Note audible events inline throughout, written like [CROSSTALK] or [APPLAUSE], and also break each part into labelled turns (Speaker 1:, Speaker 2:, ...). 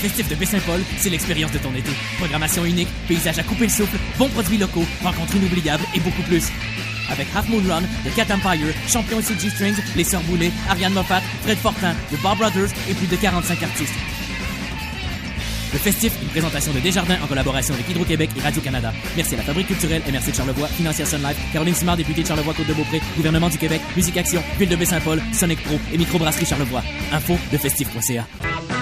Speaker 1: festif de Baie-Saint-Paul, c'est l'expérience de ton été. Programmation unique, paysages à couper le souffle, bons produits locaux, rencontres inoubliables et beaucoup plus. Avec Half Moon Run, The Cat Empire, Champion CG Strings, Les Sœurs Boulay, Ariane Moffat, Fred Fortin, The Bar Brothers et plus de 45 artistes. Le festif, une présentation de Desjardins en collaboration avec Hydro-Québec et Radio-Canada. Merci à la Fabrique culturelle et merci de Charlevoix, Financière Sun Life, Caroline Simard, députée de Charlevoix, Côte-de-Beaupré, Gouvernement du Québec, Musique Action, Ville de Baie-Saint-Paul, Sonic Pro et Microbrasserie Charlevoix. Info de festif.ca.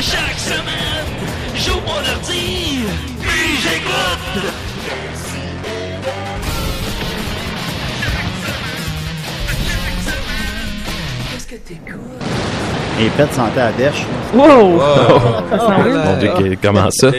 Speaker 2: Chaque semaine, j'ouvre mon ordi, puis j'écoute.
Speaker 3: Et pète santé à la dèche.
Speaker 4: Wow!
Speaker 5: Mon Dieu, que- comment ça?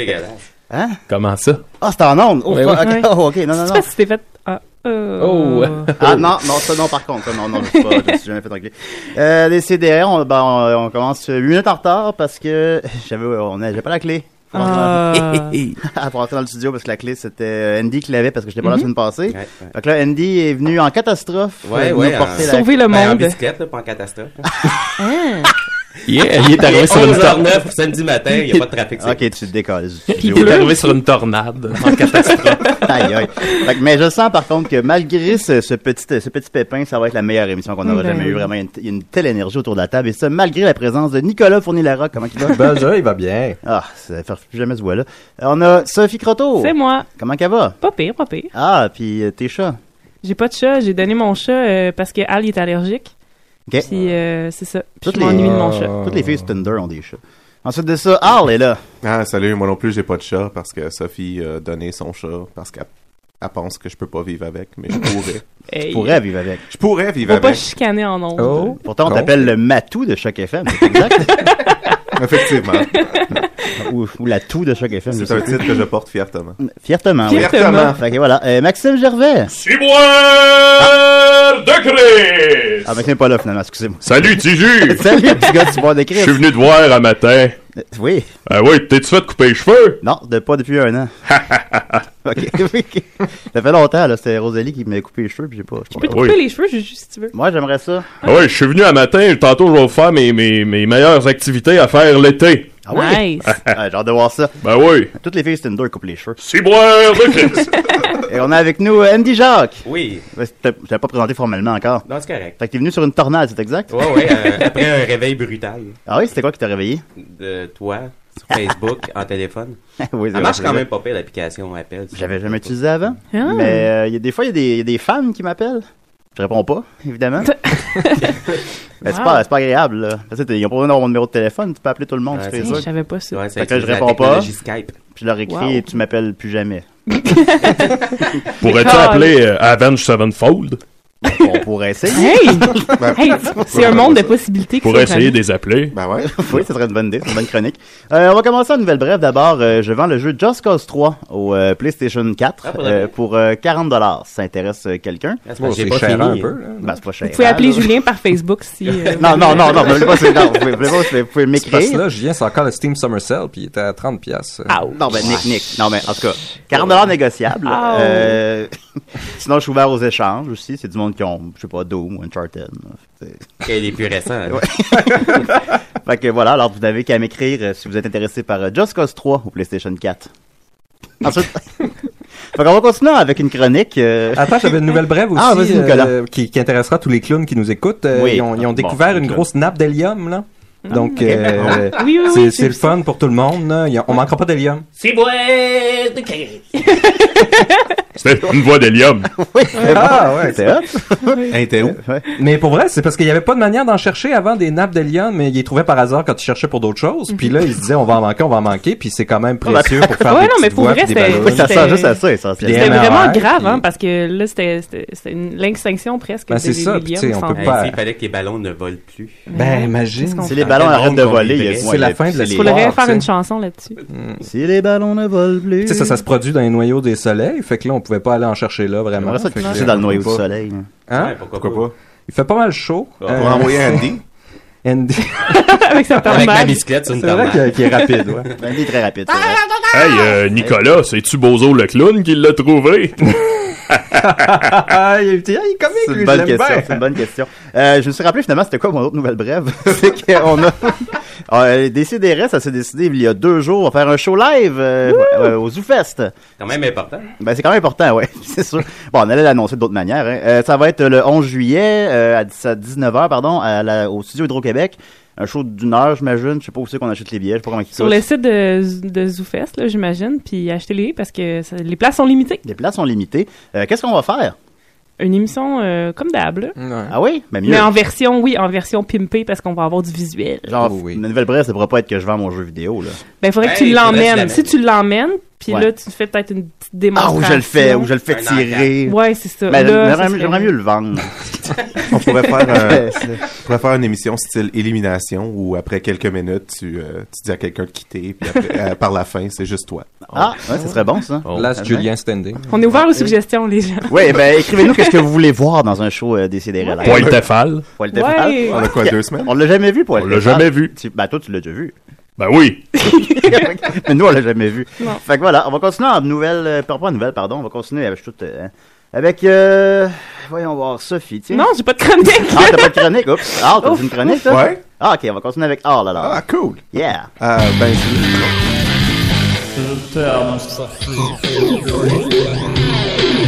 Speaker 3: Hein?
Speaker 5: Comment ça?
Speaker 3: Ah, c'est en onde! Oh,
Speaker 5: Oui,
Speaker 3: fuck,
Speaker 4: Ben oui.
Speaker 3: ok, oh, ok, non,
Speaker 4: [LAUGHS]
Speaker 3: non,
Speaker 4: Je sais
Speaker 3: non.
Speaker 4: pas si t'es fait. Ah, euh...
Speaker 5: Oh! [LAUGHS]
Speaker 3: Ah, non, non, ça, non, par contre, ça, non, non, je sais pas, je me suis jamais fait engueuler. Euh, les CDR, on, ben, on, on commence 8 minutes en retard parce que [LAUGHS] j'avais, on a- j'avais pas la clé. Faut rentrer
Speaker 4: Ah.
Speaker 3: [LAUGHS]
Speaker 4: Mhm.
Speaker 3: dans- Pour rentrer dans le studio, parce que la clé, c'était euh, Andy qui l'avait parce que j'étais pas là la semaine passée. Fait que là, Andy est venu en catastrophe.
Speaker 6: Ouais,
Speaker 3: euh, nous
Speaker 6: ouais,
Speaker 3: porter
Speaker 6: en-
Speaker 3: la
Speaker 4: Sauver le
Speaker 6: Ben, en
Speaker 4: monde.
Speaker 6: bicyclette, là, pas en catastrophe.
Speaker 5: Yeah, il est arrivé sur une tornade.
Speaker 6: 11h09, samedi matin, il n'y a pas de trafic. c'est-
Speaker 3: Ok, tu te décolles.
Speaker 5: Il est arrivé sur une tornade en catastrophe.
Speaker 3: aïe, aïe. Fait que- mais je sens par contre que malgré ce, ce petit, ce petit pépin, ça va être la meilleure émission qu'on aura
Speaker 4: Ben
Speaker 3: jamais
Speaker 4: oui.
Speaker 3: eue. Vraiment, il y a une- il y a une telle énergie autour de la table. Et ça, malgré la présence de Nicolas Fournier-Larocque. Comment il va?
Speaker 7: Bonjour, Ben, il va bien.
Speaker 3: Ah, ça fait plus jamais ce voix-là. Euh, On a Sophie Croteau.
Speaker 4: C'est moi.
Speaker 3: Comment qu'elle va?
Speaker 4: Pas pire, pas pire.
Speaker 3: Ah, puis euh, tes chats.
Speaker 4: J'ai pas de chat. J'ai donné mon chat euh, parce que Al il est allergique.
Speaker 3: OK.
Speaker 4: Puis euh, c'est ça. Puis
Speaker 3: Toutes
Speaker 4: je
Speaker 3: les- Ah.
Speaker 4: m'ennuie de mon chat.
Speaker 3: Toutes les filles sur Tinder ont des chats. Ensuite de ça, Arl est là.
Speaker 7: Ah, salut, moi non plus, j'ai pas de chat parce que Sophie a donné son chat parce qu'elle elle pense que je peux pas vivre avec, mais je
Speaker 6: [LAUGHS]
Speaker 7: pourrais.
Speaker 4: Hey.
Speaker 3: Pourrait vivre avec. Oh.
Speaker 7: je pourrais vivre
Speaker 4: Faut pas
Speaker 7: avec.
Speaker 4: chicaner en ondes.
Speaker 8: Oh.
Speaker 3: Pourtant, on t'appelle le matou de Choc FM, c'est exact?
Speaker 7: [LAUGHS] Effectivement.
Speaker 3: [LAUGHS] ou, ou la toux de Choc FM. je
Speaker 7: C'est
Speaker 3: sais
Speaker 7: un
Speaker 3: plus.
Speaker 7: titre que je porte fièrement.
Speaker 3: Fiertement, oui.
Speaker 4: Fiertement.
Speaker 3: Fait que voilà. Euh, Maxime Gervais.
Speaker 2: Suis-moi de Chris!
Speaker 3: Ah, Maxime n'est pas là finalement, excusez-moi.
Speaker 2: Salut, Tiju!
Speaker 3: [LAUGHS] Salut, petit gars du bord de
Speaker 2: Je suis
Speaker 3: Christ.
Speaker 2: venu te voir un matin.
Speaker 3: Euh, Oui.
Speaker 2: Ah oui, t'es-tu fait couper les cheveux?
Speaker 3: Non, de, pas depuis un
Speaker 2: [LAUGHS]
Speaker 3: an. ok. [LAUGHS] ça fait longtemps, là. C'était Rosalie qui m'avait coupé les cheveux, puis j'ai pas.
Speaker 4: Tu
Speaker 3: je
Speaker 4: peux
Speaker 3: sais
Speaker 4: te
Speaker 3: pas.
Speaker 2: Oui.
Speaker 4: couper les cheveux, Juju, si tu veux.
Speaker 3: Moi, j'aimerais ça.
Speaker 2: Ah oui, je suis venu un matin, tantôt je vais vous faire mes, mes, mes meilleures activités à faire l'été.
Speaker 3: Ah oui?
Speaker 4: Nice.
Speaker 3: Ah, j'ai hâte de voir ça.
Speaker 2: Ben oui.
Speaker 3: Toutes les filles Tinder coupent les cheveux.
Speaker 2: Suis-moi de Chris!
Speaker 3: Et on a avec nous euh, Andy Jacques.
Speaker 6: Oui,
Speaker 3: Ouais, c'est- Je t'avais pas présenté formellement encore.
Speaker 6: non, c'est correct.
Speaker 3: Fait que t'es venu sur une tornade, c'est exact?
Speaker 6: Ouais, ouais, euh, après un réveil brutal
Speaker 3: Ah oui, c'était quoi qui t'a réveillé? [LAUGHS]
Speaker 6: de toi sur Facebook, en téléphone.
Speaker 3: oui,
Speaker 6: Ça
Speaker 3: c'est
Speaker 6: marche
Speaker 3: vrai.
Speaker 6: quand même pas pire, l'application appelle.
Speaker 3: J'avais jamais utilisé avant.
Speaker 4: Ah.
Speaker 3: Mais euh, il y a des fois, il y, a des- il y a des fans qui m'appellent. Je réponds pas,
Speaker 4: [LAUGHS]
Speaker 3: évidemment. Mais c'est
Speaker 4: Wow.
Speaker 3: pas, c'est pas agréable, là. Parce que t'es- ils ont pas besoin d'avoir mon numéro de téléphone, tu peux appeler tout le monde,
Speaker 6: Ouais,
Speaker 3: tu
Speaker 6: c'est
Speaker 3: fais
Speaker 4: Hey,
Speaker 3: ça.
Speaker 4: je savais pas ça.
Speaker 6: Ouais, c'est
Speaker 3: Fait que là, je
Speaker 6: utilisé la
Speaker 3: réponds pas.
Speaker 6: technologie Skype. Ah,
Speaker 3: Puis je leur écris,
Speaker 4: Wow.
Speaker 3: et tu m'appelles plus jamais.
Speaker 2: [LAUGHS] Pourrais-tu
Speaker 8: Ah,
Speaker 2: appeler euh, Avenge Sevenfold?
Speaker 3: On pourrait essayer. [LAUGHS]
Speaker 4: Hey! Hey, c'est un monde de possibilités. qui
Speaker 2: Pour
Speaker 4: s'offre à
Speaker 2: essayer
Speaker 4: nous.
Speaker 2: de les appeler.
Speaker 7: Ben ouais.
Speaker 3: [LAUGHS] oui, ça serait une bonne idée, c'est une bonne chronique. Euh, on va commencer en nouvelle brève. D'abord, euh, je vends le jeu Just Cause 3 au euh, PlayStation 4
Speaker 6: Ah, pas
Speaker 3: euh,
Speaker 6: d'accord.
Speaker 3: pour euh, 40$. Ça intéresse euh, quelqu'un?
Speaker 6: Ah, c'est
Speaker 7: Bon,
Speaker 6: parce que
Speaker 7: c'est
Speaker 6: j'ai pas
Speaker 7: cher
Speaker 6: fini.
Speaker 7: un peu. là.
Speaker 3: Ben, c'est pas cher.
Speaker 4: Vous pouvez appeler Julien par Facebook
Speaker 3: [LAUGHS]
Speaker 4: si. euh,
Speaker 3: Non, non, non, non, vous voulez pas, c'est- non, vous pouvez- vous voulez pas, vous pouvez- vous pouvez
Speaker 7: C'est Parce que
Speaker 3: m'écrire.
Speaker 7: là, Julien, c'est encore le Steam Summer Sale, puis il était à 30$. piastres.
Speaker 2: Ah,
Speaker 3: Non, ben, Nick, Nick. Non, mais en tout cas, 40 négociables.
Speaker 4: Ouch.
Speaker 3: Euh, [LAUGHS] sinon, je suis ouvert aux échanges aussi. C'est du monde qui ont, je sais pas, Doom ou Uncharted. là. Fait que c'est-
Speaker 6: Elle est plus récente.
Speaker 3: Fait que voilà, alors vous n'avez qu'à m'écrire euh, si vous êtes intéressé par euh, Just Cause 3 ou PlayStation 4.
Speaker 8: [LAUGHS]
Speaker 3: Ensuite, fait qu'on va continuer avec une chronique. euh,
Speaker 7: Attends, j'avais une nouvelle brève aussi
Speaker 3: Ah, vas-y, Nicolas.
Speaker 7: euh, qui, qui intéressera tous les clowns qui nous écoutent. Euh,
Speaker 3: Oui.
Speaker 7: Ils ont, ils ont
Speaker 3: Ah, bon,
Speaker 7: découvert
Speaker 3: les
Speaker 7: une
Speaker 3: clowns.
Speaker 7: grosse nappe d'hélium, là. Donc, euh,
Speaker 4: Ah. Oui, oui,
Speaker 7: c'est-
Speaker 4: oui.
Speaker 7: c'est
Speaker 4: j'ai
Speaker 7: le
Speaker 4: vu ça.
Speaker 7: fun pour tout le monde. là. Il y a- On manquera pas d'hélium.
Speaker 2: C'est moi de Chris! C'était une voix
Speaker 8: [LAUGHS]
Speaker 2: d'hélium.
Speaker 8: Ah, ouais.
Speaker 3: C'est hot.
Speaker 8: [LAUGHS]
Speaker 7: Hey, t'es où?
Speaker 3: Ouais.
Speaker 8: Mais pour vrai, Ah, c'est parce qu'il n'y avait pas de manière d'en chercher avant des nappes de lion, mais il les trouvait par hasard quand il cherchait pour d'autres choses. Puis là, il se disait, on va en manquer, on va en manquer. Puis c'est quand même précieux pour faire
Speaker 4: Ouais,
Speaker 8: des
Speaker 4: non,
Speaker 8: petites
Speaker 4: mais pour
Speaker 8: voix
Speaker 4: vrai,
Speaker 8: puis des
Speaker 4: c'était-
Speaker 8: ballons.
Speaker 3: Oui, ça sent
Speaker 4: C'était-
Speaker 3: juste à ça, essentiellement.
Speaker 4: C'était
Speaker 8: MRI,
Speaker 4: vraiment grave, hein,
Speaker 8: puis-
Speaker 4: parce que là, c'était c'était- c'était une- l'extinction presque.
Speaker 8: Ben, c'est
Speaker 4: des
Speaker 8: ça,
Speaker 4: des
Speaker 8: puis
Speaker 4: Williams
Speaker 8: tu sais, on
Speaker 4: sans-
Speaker 8: peut
Speaker 6: Ben,
Speaker 8: pas-
Speaker 6: s'il fallait que les ballons ne volent plus.
Speaker 8: Ben, imagine.
Speaker 3: Si les
Speaker 6: Dans
Speaker 3: ballons
Speaker 6: quel
Speaker 3: arrêtent
Speaker 6: monde
Speaker 3: de
Speaker 6: qu'on
Speaker 3: voler,
Speaker 6: vit,
Speaker 3: il y a-
Speaker 6: c'est
Speaker 3: ouais,
Speaker 8: C'est la
Speaker 3: il y a-
Speaker 8: fin de
Speaker 3: c'est
Speaker 8: la
Speaker 3: les-
Speaker 4: Faudrait
Speaker 8: Wow,
Speaker 4: faire
Speaker 8: tu sais.
Speaker 4: une chanson là-dessus. [LAUGHS]
Speaker 3: Si les ballons ne volent plus.
Speaker 8: Tu sais, ça, ça se produit dans les noyaux des soleils. Fait que là, on pouvait pas aller en chercher là, vraiment.
Speaker 3: J'aimerais ça
Speaker 8: Fait
Speaker 3: te
Speaker 8: que-
Speaker 3: crisser dans le noyau du
Speaker 7: Pourquoi pas?
Speaker 3: soleil. hein.
Speaker 8: Hein?
Speaker 6: Ouais, pourquoi,
Speaker 7: Pourquoi pas?
Speaker 8: Il fait pas mal chaud.
Speaker 6: Pour
Speaker 7: Pour envoyer Andy?
Speaker 8: Andy.
Speaker 4: Avec sa
Speaker 6: pas? Avec ma
Speaker 4: tornade.
Speaker 6: bicyclette, c'est
Speaker 8: C'est
Speaker 6: une
Speaker 8: vrai
Speaker 6: tornade.
Speaker 8: qu'il qu'il est rapide, ouais.
Speaker 3: Ben, il est très rapide. c'est vrai.
Speaker 2: Hey, euh, Nicolas, c'est-tu Bozo le clown qui l'a trouvé?
Speaker 8: Ah, il est petit, ah, il est comique,
Speaker 3: C'est une
Speaker 8: lui, je
Speaker 3: bonne
Speaker 8: l'aime
Speaker 3: question.
Speaker 8: bien.
Speaker 3: C'est une bonne question. Euh, je me suis rappelé finalement c'était quoi mon autre nouvelle brève. [LAUGHS] c'est qu'on a euh, Décideret, ça s'est décidé il y a deux jours, on va faire un show live euh, euh, au ZooFest.
Speaker 6: quand même important.
Speaker 3: Ben c'est quand même important, ouais, [LAUGHS] c'est sûr. Bon, on allait l'annoncer d'autres manières. hein. Euh, ça va être le 11 juillet euh, à 19h, pardon, à la- au studio Hydro-Québec. Un show d'une heure, j'imagine. Je sais pas où c'est qu'on achète les billets. Je sais pas comment ils
Speaker 4: Sur le site de, de ZooFest, là, j'imagine, puis achetez-les parce que ça- les places sont limitées.
Speaker 3: Les places sont limitées. Euh, Qu'est-ce qu'on va faire
Speaker 4: Une émission euh, comme d'hab, là.
Speaker 8: Ouais.
Speaker 3: Ah oui, ben, mieux.
Speaker 4: Mais en version, oui, en version pimpée parce qu'on va avoir du visuel.
Speaker 3: Genre,
Speaker 8: Oui.
Speaker 3: une nouvelle brève, ça pourrait pas être que je vends mon jeu vidéo là.
Speaker 4: Ben, il faudrait que
Speaker 6: Hey,
Speaker 4: tu
Speaker 6: faudrait que tu
Speaker 4: l'emmènes.
Speaker 6: l'amènes.
Speaker 4: Si tu l'emmènes, puis
Speaker 3: Ouais.
Speaker 4: là, tu fais peut-être une petite
Speaker 3: Ah,
Speaker 4: démonstration.
Speaker 3: ou je le fais, ou je le fais
Speaker 6: Un
Speaker 3: tirer.
Speaker 4: Ouais, c'est ça.
Speaker 3: Mais
Speaker 4: Là,
Speaker 3: j'aimerais-
Speaker 4: ça serait-
Speaker 3: j'aimerais Ben, mieux le [LAUGHS] vendre.
Speaker 7: On pourrait faire, un-
Speaker 2: [LAUGHS]
Speaker 3: Euh, c'est-
Speaker 7: on pourrait faire une émission style élimination où après quelques minutes, tu, euh, tu dis à quelqu'un de quitter, puis après, euh, par la fin, c'est juste toi.
Speaker 3: ah, ouais, ce serait bon ça.
Speaker 8: Last Julien
Speaker 2: Ben,
Speaker 8: Standing.
Speaker 4: On est ouvert aux suggestions, les gens.
Speaker 3: Oui, ben écrivez-nous qu'est-ce que vous voulez voir dans un show euh, Décidéré Live.
Speaker 2: Poil Tefal.
Speaker 3: Poil Tefal.
Speaker 4: Ouais.
Speaker 7: On a quoi,
Speaker 3: Yeah.
Speaker 7: deux semaines?
Speaker 3: On l'a jamais vu, Poil
Speaker 2: On l'a
Speaker 3: Tefal.
Speaker 2: jamais vu.
Speaker 3: Tu- Ben toi, tu l'as déjà vu. [LAUGHS]
Speaker 2: Ben oui.
Speaker 3: Mais nous, on l'a jamais vu.
Speaker 4: Non.
Speaker 3: Fait que voilà, on va continuer en nouvelle... euh, pas en nouvelle, pardon, on va continuer avec... tout, euh, avec euh, voyons voir Sophie, tiens.
Speaker 4: Non, j'ai pas de chronique.
Speaker 3: Ah, t'as pas de chronique, oups. Ah, t'as
Speaker 4: Ouf,
Speaker 3: une chronique, toi?
Speaker 7: Ouais.
Speaker 3: Ah, ok, on va continuer avec Arl, alors.
Speaker 7: Ah, cool!
Speaker 3: Yeah.
Speaker 7: Ah, ben, c'est-
Speaker 4: [LAUGHS]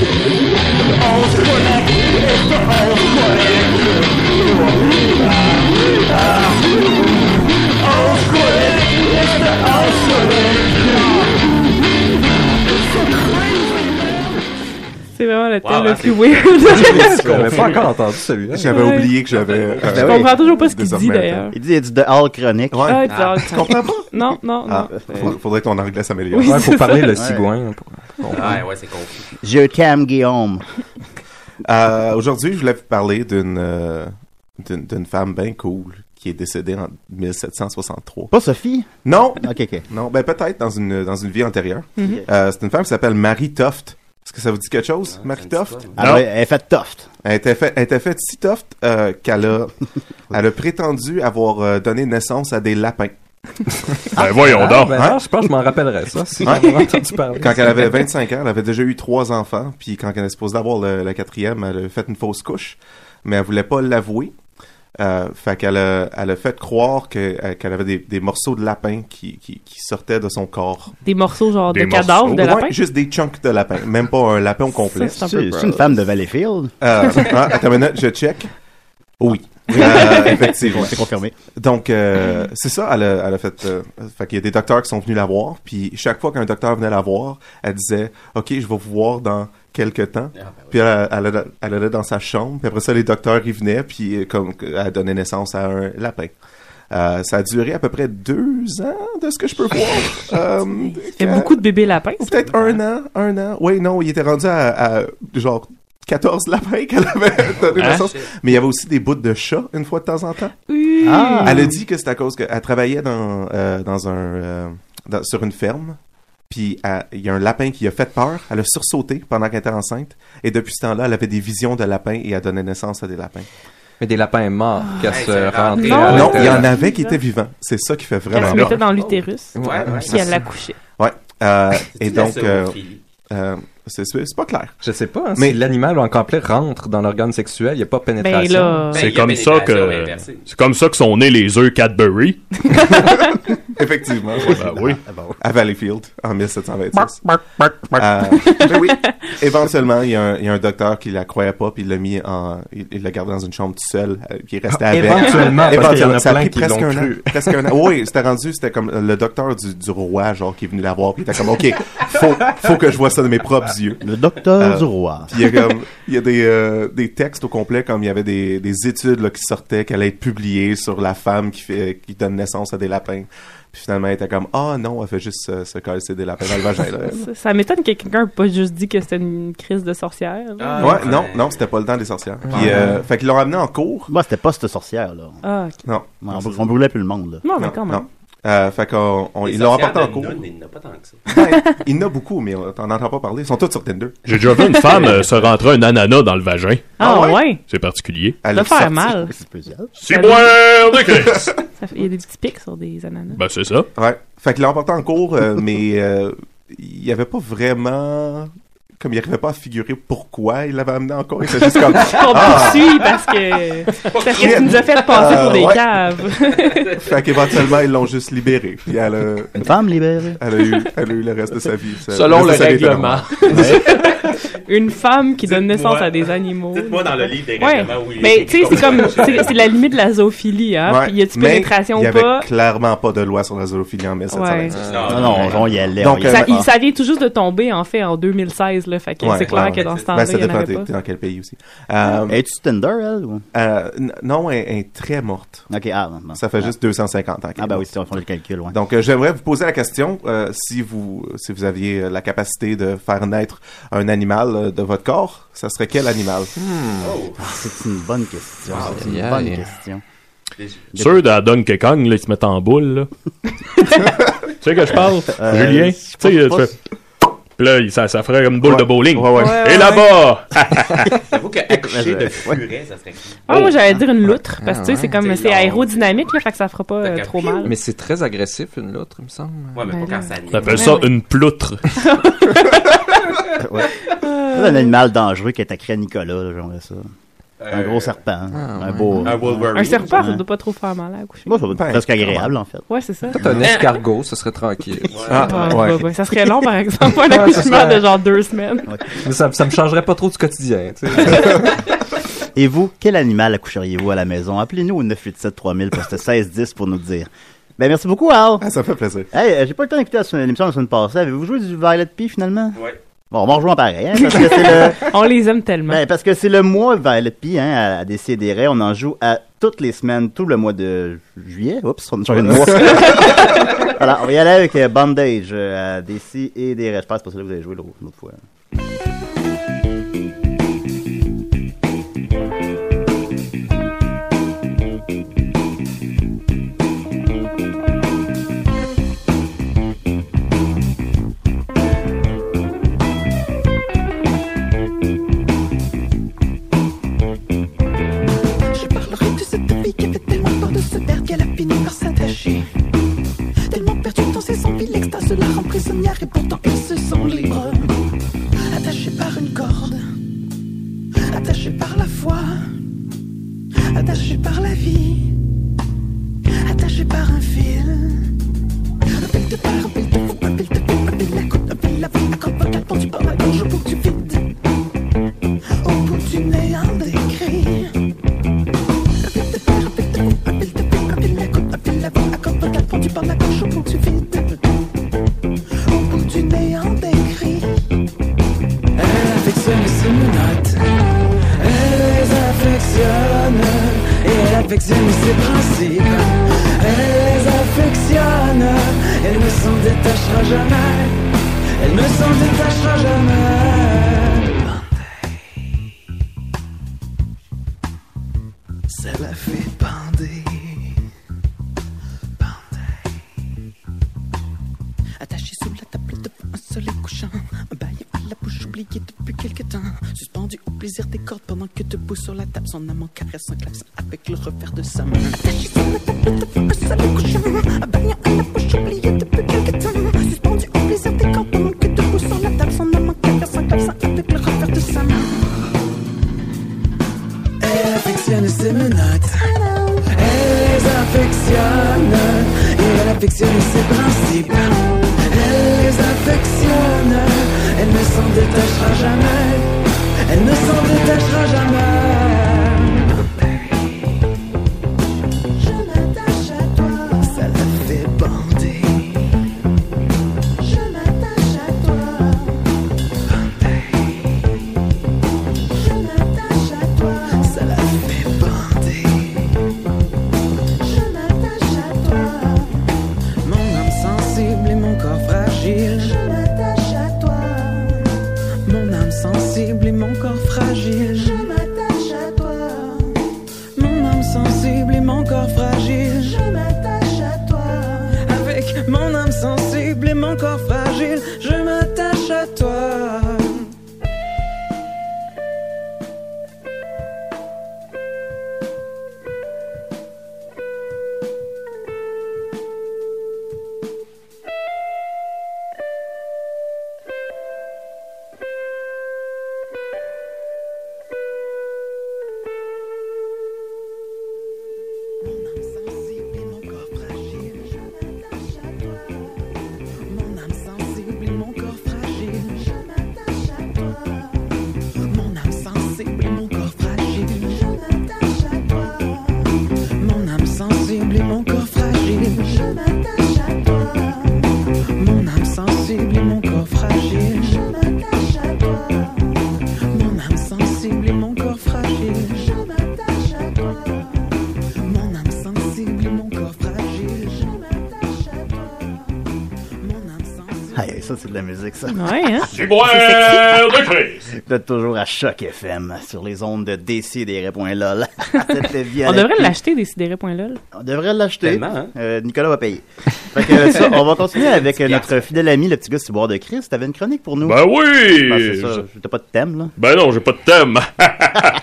Speaker 4: C'est vraiment le thème
Speaker 6: Wow,
Speaker 4: le
Speaker 6: hein,
Speaker 4: plus weird.
Speaker 8: On n'a pas encore entendu celui-là.
Speaker 7: j'avais
Speaker 4: Ouais. Ah, ben
Speaker 7: oublié que j'avais... euh,
Speaker 4: Je comprends toujours pas ce qu'il dit
Speaker 7: désormais,
Speaker 4: d'ailleurs.
Speaker 3: Ben Il dit, il dit de Arl chronique. Euh,
Speaker 7: Ouais.
Speaker 4: Ah, bizarre. Non, non, non.
Speaker 7: Ah, faudrait- faudrait que ton anglais s'améliore.
Speaker 4: [LAUGHS] Ben Oui.
Speaker 8: Ouais, faut
Speaker 4: c'est
Speaker 8: parler
Speaker 4: ça.
Speaker 8: le cigouin. pour-
Speaker 6: Ah, Ouais, ouais, c'est confus.
Speaker 3: Je t'aime, Guillaume.
Speaker 7: Euh, Aujourd'hui, je voulais vous parler d'une euh, d'une d'une femme bien cool qui est décédée en 1763.
Speaker 3: Pas Sophie?
Speaker 7: Non,
Speaker 3: Ok, ok.
Speaker 7: non, ben peut-être dans une dans une vie antérieure.
Speaker 3: Mm-hmm.
Speaker 4: Mhm.
Speaker 7: Euh, C'est une femme qui s'appelle Marie Toft. Est-ce que ça vous dit quelque chose, Marie Toft?
Speaker 3: Ah, ouais, elle fait toft.
Speaker 7: Elle était faite elle était faite si toft euh, qu'elle [LAUGHS] a, elle a prétendu avoir euh, donné naissance à des lapins.
Speaker 2: Ben voyons
Speaker 8: Ah,
Speaker 2: donc.
Speaker 8: ben
Speaker 7: hein?
Speaker 8: non, je pense que je m'en rappellerai ça. Si
Speaker 7: Hein?
Speaker 8: j'en avais entendu parler.
Speaker 7: Quand elle avait 25 ans, elle avait déjà eu trois enfants, puis quand elle est supposée avoir le- la quatrième, elle a fait une fausse couche, mais elle voulait pas l'avouer. Euh, fait qu'elle a, elle a fait croire que- euh, qu'elle avait des, des morceaux de lapin qui, qui, qui sortaient de son corps.
Speaker 4: Des morceaux genre
Speaker 2: Des
Speaker 4: de cadavres de
Speaker 7: Ouais,
Speaker 4: lapin.
Speaker 7: juste des chunks de lapin, même pas un lapin au complet.
Speaker 4: Ça,
Speaker 3: C'est
Speaker 4: c'est un peu
Speaker 3: c'est une femme de Valleyfield.
Speaker 7: Euh, [LAUGHS] ah, attends une minute, je check. Oui, Euh, effectivement.
Speaker 3: C'est confirmé.
Speaker 7: Donc, euh, c'est ça, elle a, elle a fait... euh, fait qu'il y a des docteurs qui sont venus la voir, puis chaque fois qu'un docteur venait la voir, elle disait « Ok, je vais vous voir dans quelques temps.
Speaker 6: Ah, ben oui.
Speaker 7: Puis elle, elle, allait- elle allait dans sa chambre, puis après ça, les docteurs y venaient, puis euh, comme que- elle donnait naissance à un lapin. Euh, ça a duré à peu près deux ans, de ce que je peux voir. Euh,
Speaker 4: Il y a
Speaker 7: quand-
Speaker 4: beaucoup de bébés lapins.
Speaker 7: Ou peut-être un an, un an. Oui, non, il était rendu à, à, genre 14 lapins [LAUGHS] qu'elle avait donné
Speaker 2: Hein?
Speaker 7: naissance. Mais il y avait aussi des bouts de chat, une fois de temps en temps.
Speaker 3: Ah.
Speaker 7: Elle a dit que c'est à cause qu'elle travaillait dans, euh, dans un, euh, dans- sur une ferme. Puis elle- il y a un lapin qui a fait peur. Elle a sursauté pendant qu'elle était enceinte. Et depuis ce temps-là, elle avait des visions de lapins et a donné naissance à des lapins.
Speaker 8: Mais des lapins morts qu'elle
Speaker 6: Hey,
Speaker 8: se
Speaker 6: c'est
Speaker 8: rentrait.
Speaker 6: rentré.
Speaker 8: à
Speaker 7: non, il y en
Speaker 8: l'intérieur.
Speaker 7: avait qui étaient vivants. C'est ça qui fait
Speaker 4: Elle
Speaker 7: vraiment
Speaker 4: se
Speaker 7: peur.
Speaker 4: mettait dans l'utérus.
Speaker 6: Ouais, ouais.
Speaker 4: Puis elle l'accouchait.
Speaker 7: Ouais. Euh, et
Speaker 6: La
Speaker 7: donc, euh,
Speaker 6: zoophilie.
Speaker 7: euh, c'est c'est pas clair. [LAUGHS]
Speaker 8: Je sais pas hein,
Speaker 7: Mais-
Speaker 8: si l'animal en complet rentre dans l'organe sexuel, il n'y a pas
Speaker 4: Ben
Speaker 8: pénétration.
Speaker 4: là.
Speaker 6: Ben,
Speaker 2: C'est
Speaker 6: il y a
Speaker 2: comme ça
Speaker 6: pénétration
Speaker 2: que-
Speaker 6: inversée.
Speaker 2: C'est comme ça que sont nés les œufs Cadbury.
Speaker 7: Effectivement.
Speaker 2: Ben oui.
Speaker 3: Ah, bah
Speaker 7: à Valleyfield en 1726. Euh, ben oui, éventuellement, il y, a un- il y a un docteur qui la croyait pas, puis il l'a mis en, il il l'a gardé dans une chambre tout seul, euh, puis il restait avec.
Speaker 8: Ah, Éventuellement, parce qu'il y en a
Speaker 7: ça
Speaker 8: plein
Speaker 7: pris
Speaker 8: qui
Speaker 7: presque
Speaker 8: l'ont
Speaker 7: un an.
Speaker 8: cru.
Speaker 7: Presque un an. Oui, c'était rendu, c'était comme le docteur du, du roi, genre, qui est venu la voir, puis il était comme, OK, faut, faut que je vois ça de mes propres yeux.
Speaker 3: Le docteur
Speaker 7: Euh,
Speaker 3: du roi.
Speaker 7: Puis il y a comme il y a des, euh, des textes au complet comme il y avait des, des études là, qui sortaient qui allaient être publiées sur la femme qui fait qui donne naissance à des lapins. Puis finalement elle était comme ah non, elle fait juste euh, se casser des lapins dans le vagin.
Speaker 6: [LAUGHS]
Speaker 7: là.
Speaker 4: Ça, ça m'étonne que quelqu'un ait pas juste dit que c'était une crise de sorcière. là.
Speaker 6: Ah,
Speaker 7: Ouais, non, non, c'était pas le temps des sorcières. Puis euh, fait qu'ils l'ont amené en cours.
Speaker 3: Moi, c'était pas cette sorcière, là.
Speaker 4: Ah, ok.
Speaker 7: Non.
Speaker 3: On, on brûlait plus le monde, là.
Speaker 4: Non, Ah, mais quand même.
Speaker 7: non. Euh, fait qu'on on-
Speaker 6: Les
Speaker 7: ils l'ont
Speaker 6: sorcières
Speaker 7: rapporté en
Speaker 6: de
Speaker 7: cours.
Speaker 6: Nunn, Il n'y en a pas tant que ça.
Speaker 7: Ouais, il y en a beaucoup, mais on t'en entend pas parler. Ils sont tous sur Tinder.
Speaker 2: J'ai déjà vu une femme euh, se rentrer un ananas dans le vagin.
Speaker 4: Ah,
Speaker 7: Ah,
Speaker 4: ouais?
Speaker 2: C'est particulier.
Speaker 7: Elle
Speaker 4: Ça va
Speaker 7: a
Speaker 4: faire
Speaker 7: sorti-
Speaker 4: mal.
Speaker 3: C'est spécial.
Speaker 2: C'est boire de Christ!
Speaker 4: Ça fait- Il y a des petits pics sur des ananas.
Speaker 2: ben, c'est ça.
Speaker 7: Ouais. Fait qu'il l'a emporté en cours, euh, [LAUGHS] mais euh, il n'y avait pas vraiment. Comme il n'arrivait pas à figurer pourquoi il l'avait amené en cours. Il était
Speaker 4: [LAUGHS]
Speaker 7: juste comme.
Speaker 4: On
Speaker 7: Ah!
Speaker 4: poursuit parce que, parce que tu nous as fait passer
Speaker 7: Euh,
Speaker 4: pour des
Speaker 7: ouais.
Speaker 4: caves.
Speaker 7: fait qu'éventuellement, ils l'ont juste libéré. Puis elle a,
Speaker 3: Une femme libérée.
Speaker 7: elle a eu, elle a eu le reste de sa vie. Ça-
Speaker 5: Selon
Speaker 7: reste
Speaker 5: le
Speaker 7: de sa vie était
Speaker 5: règlement.
Speaker 7: normal.
Speaker 5: [LAUGHS]
Speaker 4: Une femme qui donne
Speaker 6: Dites-moi.
Speaker 4: naissance à des animaux.
Speaker 6: Dites-moi dans le livre des
Speaker 4: Ouais.
Speaker 6: règlements où il
Speaker 4: Mais
Speaker 6: est
Speaker 4: tu sais, c'est
Speaker 6: écrit
Speaker 4: comme.
Speaker 6: ça.
Speaker 4: C'est c'est la limite de la zoophilie, hein.
Speaker 7: Ouais.
Speaker 4: Puis y a-tu
Speaker 7: Mais
Speaker 4: pénétration
Speaker 7: Il n'y
Speaker 4: ou
Speaker 7: avait
Speaker 4: pas?
Speaker 7: clairement pas de loi sur la zoophilie en 1726.
Speaker 3: Non, non, on, on y allait.
Speaker 7: Ah, Donc,
Speaker 3: on y
Speaker 7: euh,
Speaker 4: Ça,
Speaker 3: allait.
Speaker 4: il- ça vient tout juste de tomber, en fait, en 2016, là. Fait que
Speaker 7: Ouais,
Speaker 4: c'est clair
Speaker 7: ouais,
Speaker 4: que
Speaker 7: ouais.
Speaker 4: dans ce temps-là,
Speaker 7: Ben,
Speaker 4: il
Speaker 7: ça
Speaker 4: n'y en
Speaker 7: dépend
Speaker 4: avait
Speaker 7: t'es-
Speaker 4: pas.
Speaker 7: t'es dans quel pays aussi. Euh,
Speaker 3: Es-tu Tinder, elle? Ou...
Speaker 7: euh, n- non, elle, elle est très morte.
Speaker 3: Ok, ah, non, non.
Speaker 7: Ça fait juste 250 ans. qu'elle
Speaker 3: Ah,
Speaker 7: est
Speaker 3: ben oui,
Speaker 7: morte.
Speaker 3: si on fait le calcul, ouais.
Speaker 7: Donc, euh, j'aimerais vous poser la question euh, si vous si vous aviez euh, la capacité de faire naître un animal euh, de votre corps, ça serait quel
Speaker 2: [LAUGHS]
Speaker 7: animal
Speaker 3: C'est une bonne question.
Speaker 7: Ah,
Speaker 3: C'est une
Speaker 5: yeah.
Speaker 3: bonne question.
Speaker 2: Ceux de la Donkey Kong, là, ils se mettent en boule,
Speaker 3: [LAUGHS]
Speaker 2: là. tu sais que je parle?
Speaker 3: Euh,
Speaker 2: Julien?
Speaker 3: je
Speaker 2: Tu sais,
Speaker 3: sais
Speaker 2: tu
Speaker 3: pas.
Speaker 2: fais... Puis là, il- ça, ça ferait comme une boule
Speaker 7: Ouais.
Speaker 2: de bowling.
Speaker 7: Ouais, ouais.
Speaker 4: Ouais,
Speaker 2: Et
Speaker 4: ouais.
Speaker 2: là-bas!
Speaker 6: J'avoue que accoucher
Speaker 3: [LAUGHS]
Speaker 6: de furet, ça serait
Speaker 4: Ah, moi, j'allais dire une loutre, parce que tu sais, c'est comme.
Speaker 6: C'est
Speaker 4: C'est
Speaker 6: long.
Speaker 4: aérodynamique, là. Fait que ça fera pas
Speaker 6: Fait
Speaker 4: euh,
Speaker 6: qu'à
Speaker 4: trop
Speaker 6: piou.
Speaker 4: mal.
Speaker 8: Mais c'est très agressif, une loutre, il me semble.
Speaker 6: Ouais, mais
Speaker 4: Ben
Speaker 6: pas
Speaker 4: là.
Speaker 6: quand ça naît.
Speaker 2: On appelle ça
Speaker 4: Ouais, ouais.
Speaker 2: une ploutre.
Speaker 4: Euh.
Speaker 3: C'est un animal dangereux qui est accré à Nicolas, là, j'aimerais ça. Un
Speaker 6: Euh,
Speaker 3: gros serpent.
Speaker 4: Ah,
Speaker 3: hein. un
Speaker 8: ouais.
Speaker 3: beau.
Speaker 6: Un Wolverine.
Speaker 4: Un serpent, ça
Speaker 3: Ouais.
Speaker 4: doit pas trop faire mal à accoucher.
Speaker 3: Moi, ça va être
Speaker 7: Ben,
Speaker 3: presque agréable, en fait.
Speaker 4: Ouais, c'est ça.
Speaker 8: Peut-être un escargot, ce serait tranquille.
Speaker 4: Ah,
Speaker 7: ouais.
Speaker 4: bah, bah, ça
Speaker 7: [LAUGHS]
Speaker 4: serait long, par exemple, pour un accouchement de genre deux semaines.
Speaker 8: Mais ça, ça me changerait pas trop du quotidien, tu sais.
Speaker 3: Et vous, quel animal accoucheriez-vous à la maison? Appelez-nous au 987-3000, poste 1610 pour nous dire. Ben, merci beaucoup, Al.
Speaker 7: Ah, ça me fait plaisir.
Speaker 3: Hey, euh, j'ai pas le temps d'écouter la semaine- l'émission la semaine passée. Avez-vous joué du Violet P finalement?
Speaker 6: Ouais.
Speaker 3: Bon, on va rejoint pareil, hein, parce que c'est le,
Speaker 4: On les aime tellement.
Speaker 3: ben, parce que c'est le mois Violet P, hein, à, à Décideret. On en joue à toutes les semaines, tout le mois de ju- juillet. Oups, on a changé de mois. Alors, on va y aller avec euh, Bandage, euh, à Décideret. Je pense que c'est là que vous avez joué l'autre l'autre fois.
Speaker 9: Je parlerai de cette fille qui avait tellement peur de se perdre qu'elle a fini par s'attacher. Tellement perdue dans ses envies, l'extase la rend prisonnière et pourtant ils se sent libre. Attachée par une corde, attachée par la foi, attachée par la vie, attachée par un fil. Un fil de peur, un fil de fou, un fil de fou, un fil à coupe, un fil à fou, accroche quatre pendu par la gorge au bout du vide. Au bout du néant des cris. Tu parles la gauche au bout du vide, au bout du néant des cris. Elle affectionne ses menottes, elle les affectionne, et elle affectionne ses principes. Elle les affectionne, elle ne s'en détachera jamais, elle ne s'en détachera jamais. Ça la fait bander. Bander. Attaché sous la table de un soleil couchant, un baillon à la bouche oubliée depuis quelque temps, suspendu au plaisir des cordes pendant que debout sur la table, son amant caresse un classe avec le revers de sa main. Attaché sous la table de un soleil couchant, un baillon à la bouche oubliée depuis quelque temps, suspendu au plaisir des cordes pendant que debout sur la table, son amant caresse un classe avec le revers de sa main. Elle affectionne ses menottes. Elle les affectionne. Et elle affectionne ses principes. Elle les affectionne. Elle ne s'en détachera jamais. Elle ne s'en détachera jamais. Je m'attache à toi. Ça la fait bander. Je m'attache à toi. Bander.
Speaker 10: Mon âme sensible et mon corps fragile, je m'attache à toi.
Speaker 9: Mon âme sensible et mon corps fragile, je m'attache à toi. Mon âme sensible et mon corps fragile, je m'attache à toi.
Speaker 10: Mon âme sensible et mon corps fragile,
Speaker 9: Je m'attache à toi.
Speaker 10: mon âme sensible et mon corps fragile,
Speaker 9: Je m'attache à toi.
Speaker 10: mon âme sensible et mon corps fragile.
Speaker 9: Je m'attache à toi. Mon âme sensible et mon corps fragile, je m'attache à toi.
Speaker 3: Aïe, ça, c'est de la musique, ça.
Speaker 4: Ouais, hein?
Speaker 3: C'est
Speaker 4: Dubois
Speaker 3: sexy.
Speaker 4: de Christ.
Speaker 3: Vous êtes toujours à Choc FM sur les ondes de DC des [LAUGHS] répondants.
Speaker 4: [LAUGHS]
Speaker 3: Ah,
Speaker 4: On devrait l'acheter, des points lol
Speaker 3: On devrait l'acheter.
Speaker 4: Tellement, hein?
Speaker 3: Euh, Nicolas va payer. Fait que ça, on va
Speaker 4: [LAUGHS]
Speaker 3: continuer avec notre fidèle ami, le petit gars Ciboire de Christ. T'avais une chronique pour nous?
Speaker 4: Bah
Speaker 2: Ben oui!
Speaker 3: Ben, c'est ça. T'as pas de thème, là?
Speaker 2: Ben non, j'ai pas de thème. [LAUGHS]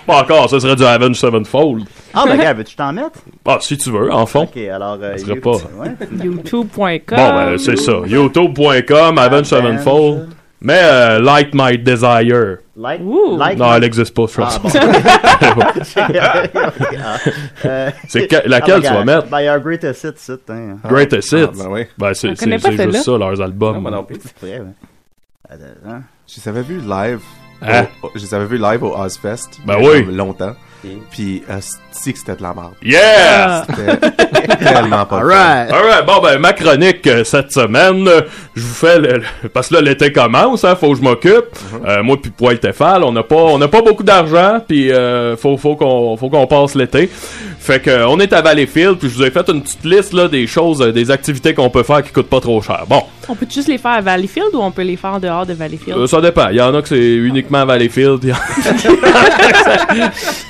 Speaker 2: pas encore, ça serait du Avenge Sevenfold.
Speaker 3: Ah, ben, gars, veux-tu t'en mettre?
Speaker 2: Ah, si tu veux, en fond.
Speaker 3: Ok, alors. euh,
Speaker 2: Ça serait
Speaker 3: you-
Speaker 2: pas.
Speaker 3: ouais.
Speaker 4: YouTube.com.
Speaker 2: Bon, ben, c'est ça. YouTube.com, Avenge Sevenfold. Mais euh, Light My Desire.
Speaker 3: Like, like-
Speaker 2: Non, elle n'existe pas, je pense.
Speaker 3: Ah, bon.
Speaker 4: [LAUGHS]
Speaker 3: [LAUGHS] Ah. Euh,
Speaker 2: C'est que- laquelle
Speaker 3: ah, ben,
Speaker 2: tu vas
Speaker 3: gars,
Speaker 2: mettre?
Speaker 3: Ben, Your Greatest Hits, c'est, hein.
Speaker 2: Greatest Hits.
Speaker 3: Ah,
Speaker 2: ben, c'est,
Speaker 3: On
Speaker 2: c'est-
Speaker 3: connaît pas
Speaker 2: c'est juste
Speaker 3: celle-là.
Speaker 2: ça, leurs albums.
Speaker 3: C'est vrai, ouais. Attends, hein.
Speaker 7: Je les avais vus live.
Speaker 2: Hein?
Speaker 7: au- je les avais vus live au Ozfest.
Speaker 2: Ben
Speaker 7: il y a
Speaker 2: oui.
Speaker 7: comme Longtemps.
Speaker 2: Ok.
Speaker 7: Puis, euh, si que c'était de la merde.
Speaker 3: Ah.
Speaker 2: Yeah!
Speaker 7: C'était tellement pas le fun.
Speaker 2: Alright. Alright. Bon, ben, ma chronique euh, cette semaine, euh, je vous fais le, le- Parce que là, l'été commence, hein, faut que je m'occupe.
Speaker 7: Mm-hmm.
Speaker 2: Euh, moi, puis Poil Tefal, on n'a pas, on n'a pas beaucoup d'argent, puis euh, faut, faut qu'on, faut qu'on passe l'été. Fait que, euh, on est à Valleyfield, puis je vous ai fait une petite liste, là, des choses, euh, des activités qu'on peut faire qui coûtent pas trop cher. Bon.
Speaker 4: On peut juste les faire à Valleyfield ou on peut les faire dehors de Valleyfield?
Speaker 2: Euh, ça dépend. Il y en a que c'est uniquement à Valleyfield. il y en-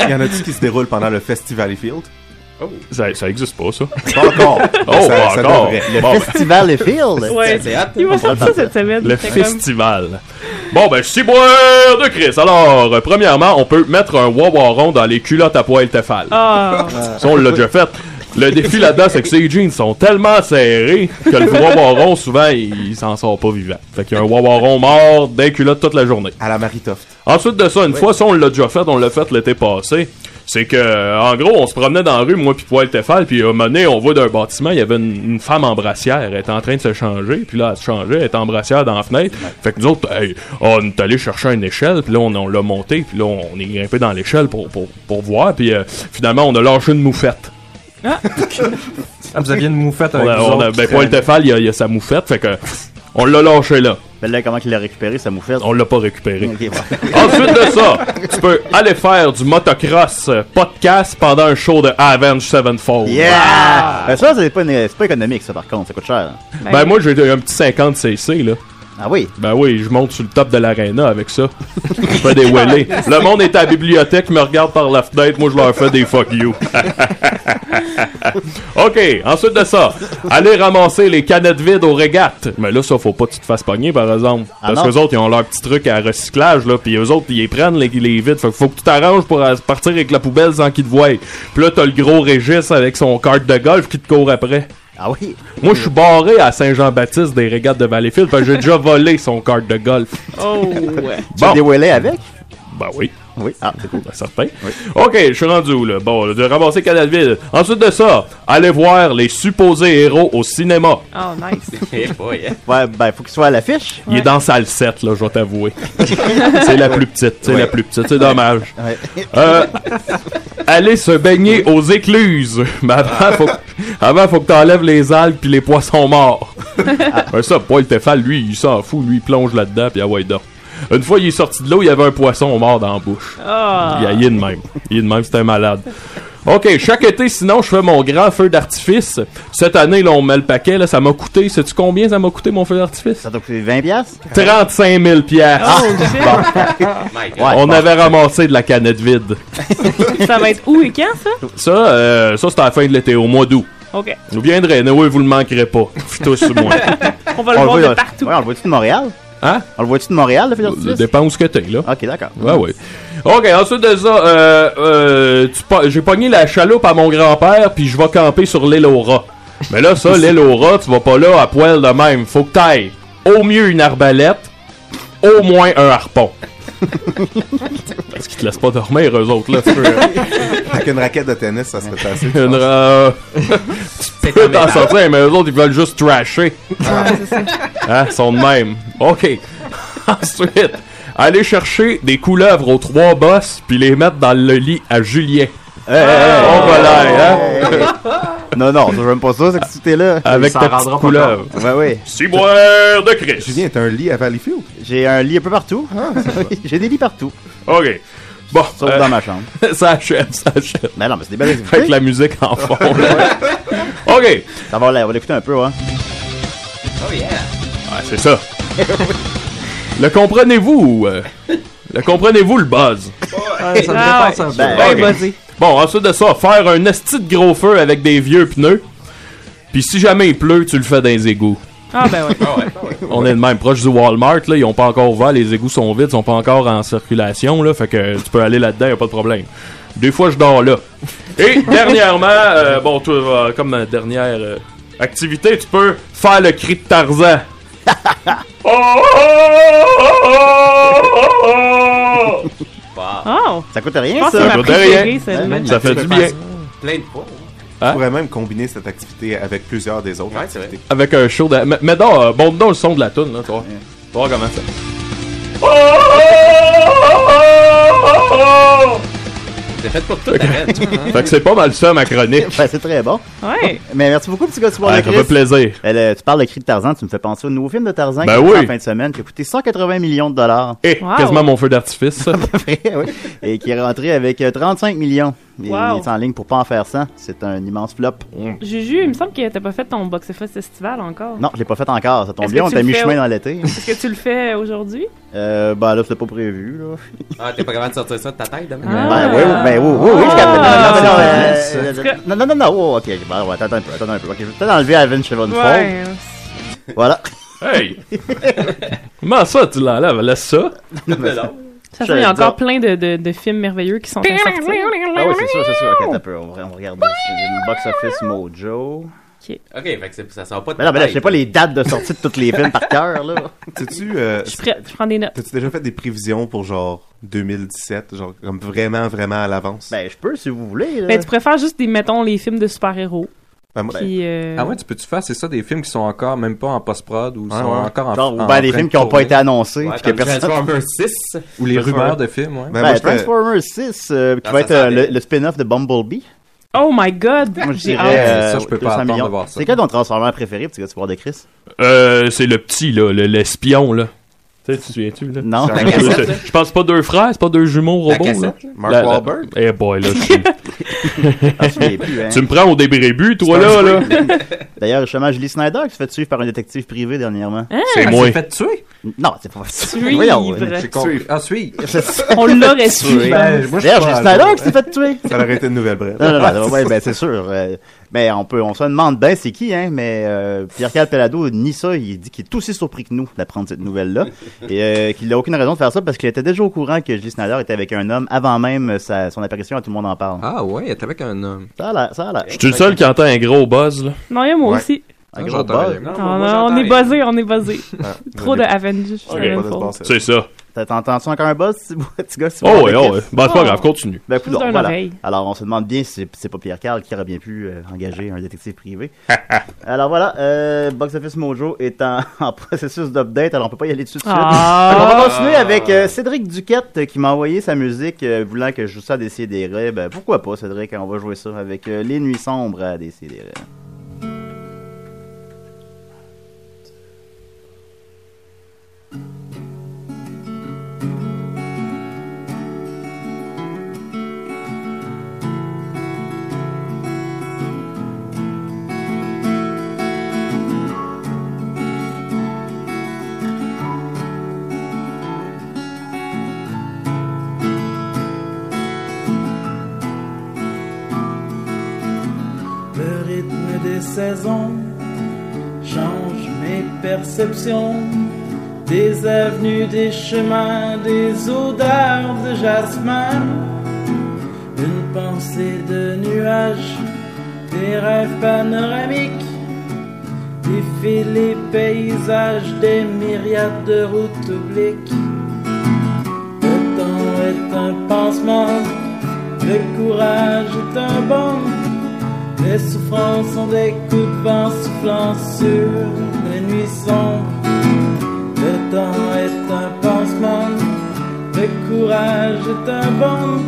Speaker 7: Il y en a-tu qui se déroulent pendant le Festival Field?
Speaker 2: [LAUGHS] Ça, ça existe pas, ça.
Speaker 7: Pas encore.
Speaker 2: [LAUGHS] Oh,
Speaker 7: Ça-
Speaker 2: pas
Speaker 7: ça
Speaker 2: encore.
Speaker 7: devrait.
Speaker 2: Bon, ben.
Speaker 3: Festival et Field.
Speaker 4: Oh. Ouais.
Speaker 3: C'est hâte.
Speaker 4: Ah, Il m'a sorti ça cette semaine.
Speaker 2: Le
Speaker 4: J'étais comme-
Speaker 2: festival. Bon, ben, je boire de Chris. Alors, euh, premièrement, on peut mettre un wawaron dans les culottes à poil tefal.
Speaker 4: Ah.
Speaker 2: Ça, on l'a déjà fait. Le défi là-dedans, c'est que ses jeans sont tellement serrés que le wawaron, souvent, il, il s'en sort pas vivant. Fait qu'il y a un wawaron mort d'un culotte toute la journée.
Speaker 7: À la Maritoft.
Speaker 2: Ensuite de ça, une fois, ça, on l'a déjà fait, on l'a fait l'été passé. C'est que, euh, en gros, on se promenait dans la rue, moi puis Poil Tefal, puis à un moment donné, on voit d'un bâtiment, il y avait une, une femme en brassière, elle était en train de se changer, puis là, elle se changeait, elle était en brassière dans la fenêtre. Fait que nous autres, hey, on est allé chercher une échelle, puis là, on, on l'a montée, puis là, on est grimpé dans l'échelle pour, pour, pour voir, puis euh, finalement, on a lâché une moufette.
Speaker 8: Ah, vous aviez une moufette avec
Speaker 2: On a-
Speaker 8: vous
Speaker 2: on a-
Speaker 8: autres
Speaker 2: ben,
Speaker 8: qui
Speaker 2: Poil
Speaker 8: traînent.
Speaker 2: Tefal, il y a, il y a sa moufette, fait que on l'a lâché là.
Speaker 3: Ben là, comment qu'il l'a récupéré, sa moufette?
Speaker 2: On l'a pas récupéré.
Speaker 3: Ok, bon.
Speaker 2: Ensuite de ça, tu peux aller faire du motocross euh, podcast pendant un show de Avenge Sevenfold.
Speaker 3: Yeah! Euh, Ça, c'est pas, une- c'est pas économique, ça, par contre. Ça coûte cher.
Speaker 2: Ben, moi, j'ai un petit 50 cc, là.
Speaker 3: Ah oui?
Speaker 2: Ben oui, je monte sur le top de l'aréna avec ça. je fais des wheelies. Le monde est à la bibliothèque, me regarde par la fenêtre, moi je leur fais des fuck you. [LAUGHS] ok, ensuite de ça, aller ramasser les canettes vides aux régates. Mais là, ça, faut pas que tu te fasses pogner, par exemple.
Speaker 3: Ah
Speaker 2: Parce
Speaker 3: non?
Speaker 2: qu'eux autres, ils ont leur petit truc à recyclage, là, puis eux autres, ils les prennent, les, les vides. Fait que faut que tu t'arranges pour euh, partir avec la poubelle sans qu'ils te voient. Puis là, t'as le gros Régis avec son carte de golf qui te court après.
Speaker 3: Ah oui?
Speaker 2: Moi, je suis barré à Saint-Jean-Baptiste des régates de Valleyfield, parce que j'ai déjà volé son carte de golf.
Speaker 4: Oh, ouais.
Speaker 3: Tu as des wheelers avec?
Speaker 2: Ben oui.
Speaker 3: Oui. Ah, c'est cool.
Speaker 2: certain. Ok, je suis rendu où, là? Bon, de ramasser Canalville. Ensuite de ça, allez voir les supposés héros au cinéma.
Speaker 4: Oh, nice.
Speaker 6: hein?
Speaker 3: Ouais, ben, faut qu'il soit à l'affiche.
Speaker 2: Il est dans salle 7, là, je vais t'avouer. c'est la plus petite, c'est
Speaker 3: Ouais.
Speaker 2: la plus petite, c'est dommage.
Speaker 3: Ouais.
Speaker 2: Euh, allez se baigner aux écluses. [LAUGHS] Mais avant, faut que, avant, faut que t'enlèves les algues puis les poissons morts. Ouais, ça, Paul Tefal, lui, il s'en fout, lui, il plonge là-dedans puis ah ouais, donc. Une fois, il est sorti de l'eau, il y avait un poisson mort dans la bouche.
Speaker 4: Ah.
Speaker 2: Il, il est de même. Il est de même, c'est un malade. OK, chaque été, sinon, je fais mon grand feu d'artifice. Cette année, là, on met le paquet, là, ça m'a coûté, sais-tu combien ça m'a coûté, mon feu d'artifice?
Speaker 3: [LAUGHS] Ça t'a coûté 20 piastres?
Speaker 2: 35 000 piastres.
Speaker 6: Oh
Speaker 3: Ah,
Speaker 2: on avait ramassé de la canette vide.
Speaker 4: Ça va être où et quand, ça?
Speaker 2: Ça, euh, ça, c'est à la fin de l'été, au mois d'août.
Speaker 4: OK.
Speaker 2: Vous viendrez, Noé, vous le manquerez pas. Tous sur moi.
Speaker 4: On va le voir de partout.
Speaker 3: Ouais, on le voit-tu de Montréal?
Speaker 2: Hein?
Speaker 3: On le voit-tu de Montréal, le Félix
Speaker 2: Ça dépend où ce que t'es, là.
Speaker 3: Ok, d'accord.
Speaker 2: Ouais, ouais. Ok, ensuite de ça, euh, euh, tu po- j'ai pogné la chaloupe à mon grand-père, puis je vais camper sur l'île aux rats. Mais là, ça, l'île aux rats, tu vas pas là à poil de même. Faut que t'ailles au mieux une arbalète, au moins un harpon. Parce qu'ils te laissent pas dormir, eux autres, là. Tu peux, euh,
Speaker 7: Avec une raquette de tennis, ça serait
Speaker 2: [LAUGHS]
Speaker 7: assez.
Speaker 2: une ra- tu peux [LAUGHS] t'en sortir, mais eux autres, ils veulent juste trasher. Hein, sont de même. OK. [LAUGHS] Ensuite, aller chercher des couleuvres aux trois bosses puis les mettre dans le lit à Julien.
Speaker 3: Eh,
Speaker 2: on va là, hein?
Speaker 3: [LAUGHS] non, non, je même pas ça, cette activité-là.
Speaker 2: Avec ta petite couleuvre.
Speaker 3: Ouais, oui.
Speaker 2: Ciboire de Chris.
Speaker 3: Julien, t'as un lit à Valleyfield? J'ai un lit un peu partout. [LAUGHS] Oui, J'ai des lits partout.
Speaker 2: OK. Bon.
Speaker 3: Sauf
Speaker 2: euh,
Speaker 3: dans ma chambre.
Speaker 2: [LAUGHS] ça achève, ça achève.
Speaker 3: Mais non, mais c'est des belles activités.
Speaker 2: Avec la musique en fond. [LAUGHS] OK.
Speaker 3: Ça va, là, on va l'écouter un peu, hein. ouais.
Speaker 6: Oh yeah.
Speaker 2: Ah, c'est ça. [LAUGHS] Le comprenez-vous? euh, le comprenez-vous, le buzz?
Speaker 8: Ouais, ça me fait
Speaker 4: Ah,
Speaker 8: penser un peu.
Speaker 3: Ben,
Speaker 2: Ok. Bon, ensuite de ça, faire un esti de gros feu avec des vieux pneus. Puis si jamais il pleut, tu le fais dans les égouts.
Speaker 4: Ah, ben ouais.
Speaker 2: On est le même proche du Walmart, là, ils ont pas encore ouvert, les égouts sont vides, sont pas encore en circulation, là, fait que tu peux aller là-dedans, y a pas de problème. Des fois, je dors là. Et dernièrement, euh, bon, toi, euh, comme euh, dernière euh, activité, tu peux faire le cri de Tarzan.
Speaker 6: Bah,
Speaker 4: Oh!
Speaker 3: Ça coûte
Speaker 4: Je
Speaker 3: rien,
Speaker 4: pense
Speaker 3: ça.
Speaker 4: que c'est ma préférée,
Speaker 7: Magnifique.
Speaker 4: celle-là.
Speaker 2: Ça fait du bien.
Speaker 6: Plein de fois.
Speaker 7: On pourrait même combiner cette activité avec plusieurs des autres activités.
Speaker 2: Avec un show de. Mais, mais donc, euh, bon, donc, le son de la toune, là, tu vois. Tu vois comment ça.
Speaker 6: C'est fait pour tout,
Speaker 3: [LAUGHS]
Speaker 2: Fait que c'est pas mal ça, ma chronique.
Speaker 3: Ben, c'est très bon.
Speaker 4: Ouais.
Speaker 3: Mais merci beaucoup, petit gars, tu
Speaker 2: Ouais,
Speaker 3: parles de
Speaker 2: ça
Speaker 3: Chris.
Speaker 2: fait plaisir.
Speaker 3: Ben, le- tu parles de cri de Tarzan, tu me fais penser au nouveau film de Tarzan
Speaker 2: Ben
Speaker 3: qui est sorti
Speaker 2: oui.
Speaker 3: en fin de semaine, qui a coûté 180 millions de dollars. [LAUGHS]
Speaker 2: Eh,
Speaker 4: Wow.
Speaker 2: quasiment mon feu d'artifice, [LAUGHS] ça.
Speaker 3: oui. Et qui est rentré avec euh, 35 millions. Et
Speaker 4: Wow.
Speaker 3: Il est en ligne pour pas en faire 100. C'est un immense flop.
Speaker 4: Juju, il me semble que t'as pas fait ton box-office estival encore.
Speaker 3: Non, je l'ai pas fait encore. Ça tombe
Speaker 4: Est-ce
Speaker 3: bien,
Speaker 4: que
Speaker 3: on
Speaker 4: tu
Speaker 3: t'a
Speaker 4: le
Speaker 3: mis
Speaker 4: fais
Speaker 3: chemin
Speaker 4: au- [LAUGHS]
Speaker 3: dans l'été.
Speaker 4: Est-ce que tu le fais aujourd'hui?
Speaker 3: Euh, ben là, c'était pas prévu, là.
Speaker 6: Ah, t'es pas capable de sortir ça de ta tête demain?
Speaker 4: Ah.
Speaker 3: Ben oui, ben oui, oui, oui, je capte.
Speaker 6: Ah.
Speaker 3: Non, non, non, euh, Non, non, non, non, oh, ok, ben, ouais, attends un peu, attends un peu. Ok, je vais peut-être enlever Avenge Chevron
Speaker 4: Ouais.
Speaker 3: Fall. Voilà.
Speaker 2: Hey! Comment ça, tu l'enlèves? Laisse ça.
Speaker 4: Ça il y a encore plein de, de, de films merveilleux qui sont à sortir.
Speaker 3: Ah oui, c'est sûr, c'est sûr. Ok, attends un peu, on va on va regarder. C'est le Box Office Mojo.
Speaker 6: Ok, fait que c'est- ça sort pas de
Speaker 3: Mais Ben non, mais là, je sais
Speaker 6: tête.
Speaker 3: pas les dates de sortie de tous les films par cœur,
Speaker 8: [LAUGHS]
Speaker 3: là.
Speaker 7: T'as-tu euh,
Speaker 4: Je suis prête, je prends des notes.
Speaker 7: t'as-tu déjà fait des prévisions pour genre 2017, genre comme vraiment, vraiment à l'avance?
Speaker 3: Ben, je peux si vous voulez.
Speaker 4: Ben, tu préfères juste des, mettons, les films de super-héros.
Speaker 7: Ben,
Speaker 8: moi-
Speaker 4: Puis, euh,
Speaker 8: Ah ouais, tu peux-tu faire, c'est ça, des films qui sont encore même pas en post-prod ou
Speaker 7: Ouais,
Speaker 8: sont
Speaker 7: ouais.
Speaker 8: encore en
Speaker 3: Genre, ou
Speaker 8: en-
Speaker 3: ben,
Speaker 8: en
Speaker 3: des
Speaker 8: train
Speaker 3: films
Speaker 8: de
Speaker 3: qui ont pas
Speaker 8: tourner.
Speaker 3: été annoncés.
Speaker 8: Ouais,
Speaker 3: puis que
Speaker 8: comme
Speaker 3: personne-
Speaker 6: Transformers 6.
Speaker 8: Ou les rumeurs de films, ouais.
Speaker 3: Ben, Transformers 6, euh, qui
Speaker 8: Ah,
Speaker 3: va
Speaker 8: ça
Speaker 3: être euh,
Speaker 8: sent
Speaker 3: le,
Speaker 8: bien.
Speaker 3: le spin-off de Bumblebee.
Speaker 4: Oh my god!
Speaker 3: Moi, je
Speaker 4: J'ai
Speaker 3: dirais.
Speaker 4: hâte.
Speaker 3: euh,
Speaker 8: Ça, je peux pas
Speaker 3: 200
Speaker 8: attendre de
Speaker 3: millions.
Speaker 8: voir ça.
Speaker 3: C'est quoi ton Transformer préféré, petit gars, tu vois, de Chris
Speaker 2: Euh, c'est le petit, là, le- l'espion, là. Tu sais, tu te souviens-tu, là?
Speaker 3: Non.
Speaker 2: Je pense- Je pense pas deux frères, c'est pas deux jumeaux
Speaker 6: La
Speaker 2: robots, là.
Speaker 6: cassette, là.
Speaker 7: Mark
Speaker 2: La- la-
Speaker 7: Wahlberg?
Speaker 2: Eh boy, là, je suis-
Speaker 3: Ah, tu l'as
Speaker 8: [LAUGHS]
Speaker 3: plus, hein.
Speaker 2: Tu me prends au débrébut, toi, là, là.
Speaker 3: D'ailleurs, justement, Julie Snyder qui se fait tuer par un détective privé dernièrement.
Speaker 4: Hein?
Speaker 2: C'est
Speaker 6: Ah,
Speaker 8: Elle
Speaker 2: moi.
Speaker 8: s'est fait tuer.
Speaker 3: Non, c'est pas
Speaker 4: Suivre.
Speaker 8: J'ai compris. Ah, suivre.
Speaker 4: On l'aurait su.
Speaker 3: Tuer.
Speaker 8: Ben, moi, je
Speaker 3: D'ailleurs,
Speaker 8: crois,
Speaker 3: Julie
Speaker 8: là.
Speaker 3: Snyder qui s'est fait tuer.
Speaker 7: Ça aurait été une nouvelle brève.
Speaker 3: Non, non, non, non, ouais, ben, c'est sûr. euh, mais on peut, on se demande bien c'est qui, hein, mais euh, Pierre-Carl Pelado nie ça, il dit qu'il est aussi surpris que nous d'apprendre cette nouvelle-là, et euh, qu'il n'a aucune raison de faire ça parce qu'il était déjà au courant que Julie Snyder était avec un homme avant même sa, son apparition à Tout le monde en parle.
Speaker 8: Ah ouais, elle était avec un homme.
Speaker 3: Ça a l'air, ça a l'air.
Speaker 2: Je suis le seul qui entend un gros buzz, là.
Speaker 4: Non, il y a moi
Speaker 7: Ouais.
Speaker 4: aussi.
Speaker 3: Un
Speaker 8: Ah,
Speaker 3: gros
Speaker 8: j'entends
Speaker 3: buzz.
Speaker 8: rien.
Speaker 6: Non,
Speaker 4: Ah,
Speaker 6: moi,
Speaker 4: non, on
Speaker 6: moi,
Speaker 4: est
Speaker 6: j'entends rien.
Speaker 4: buzzé, on est buzzé. Trop de Avengers.
Speaker 7: Ah, il y a pas de
Speaker 4: Sevenfold.
Speaker 7: sponsor.
Speaker 2: C'est ça.
Speaker 3: T'as- T'entends-tu encore un buzz, [LAUGHS] petit bout- petit gars? petit
Speaker 2: Oh,
Speaker 3: bout
Speaker 2: ouais,
Speaker 3: de
Speaker 2: oh,
Speaker 3: Chris?
Speaker 2: ouais. Ben, c'est pas
Speaker 4: Oh.
Speaker 2: grave, continue.
Speaker 3: Ben,
Speaker 4: Plus
Speaker 3: coudonc,
Speaker 4: d'un
Speaker 3: voilà.
Speaker 4: oreille.
Speaker 3: Alors, on se demande bien si c'est- c'est pas Pierre Carl qui aurait bien pu euh, engager un détective privé. [LAUGHS] alors voilà, euh, Box Office Mojo est en, [LAUGHS] en processus d'update, alors on peut pas y aller tout de suite.
Speaker 4: Ah.
Speaker 3: Alors, on va continuer avec euh, Cédric Duquette euh, qui m'a envoyé sa musique euh, voulant que je joue ça à Décideret. Ben, pourquoi pas, Cédric, on va jouer ça avec euh, Les Nuits Sombres à Décideret.
Speaker 10: Le rythme saisons changent mes perceptions des avenues, des chemins, des odeurs de jasmin, une pensée de nuages, des rêves panoramiques, défilent les paysages, des myriades de routes obliques. Le temps est un pansement, le courage est un bon. Les souffrances sont des coups de vent soufflant sur les nuits sombres. Le temps est un pansement, le courage est un bon.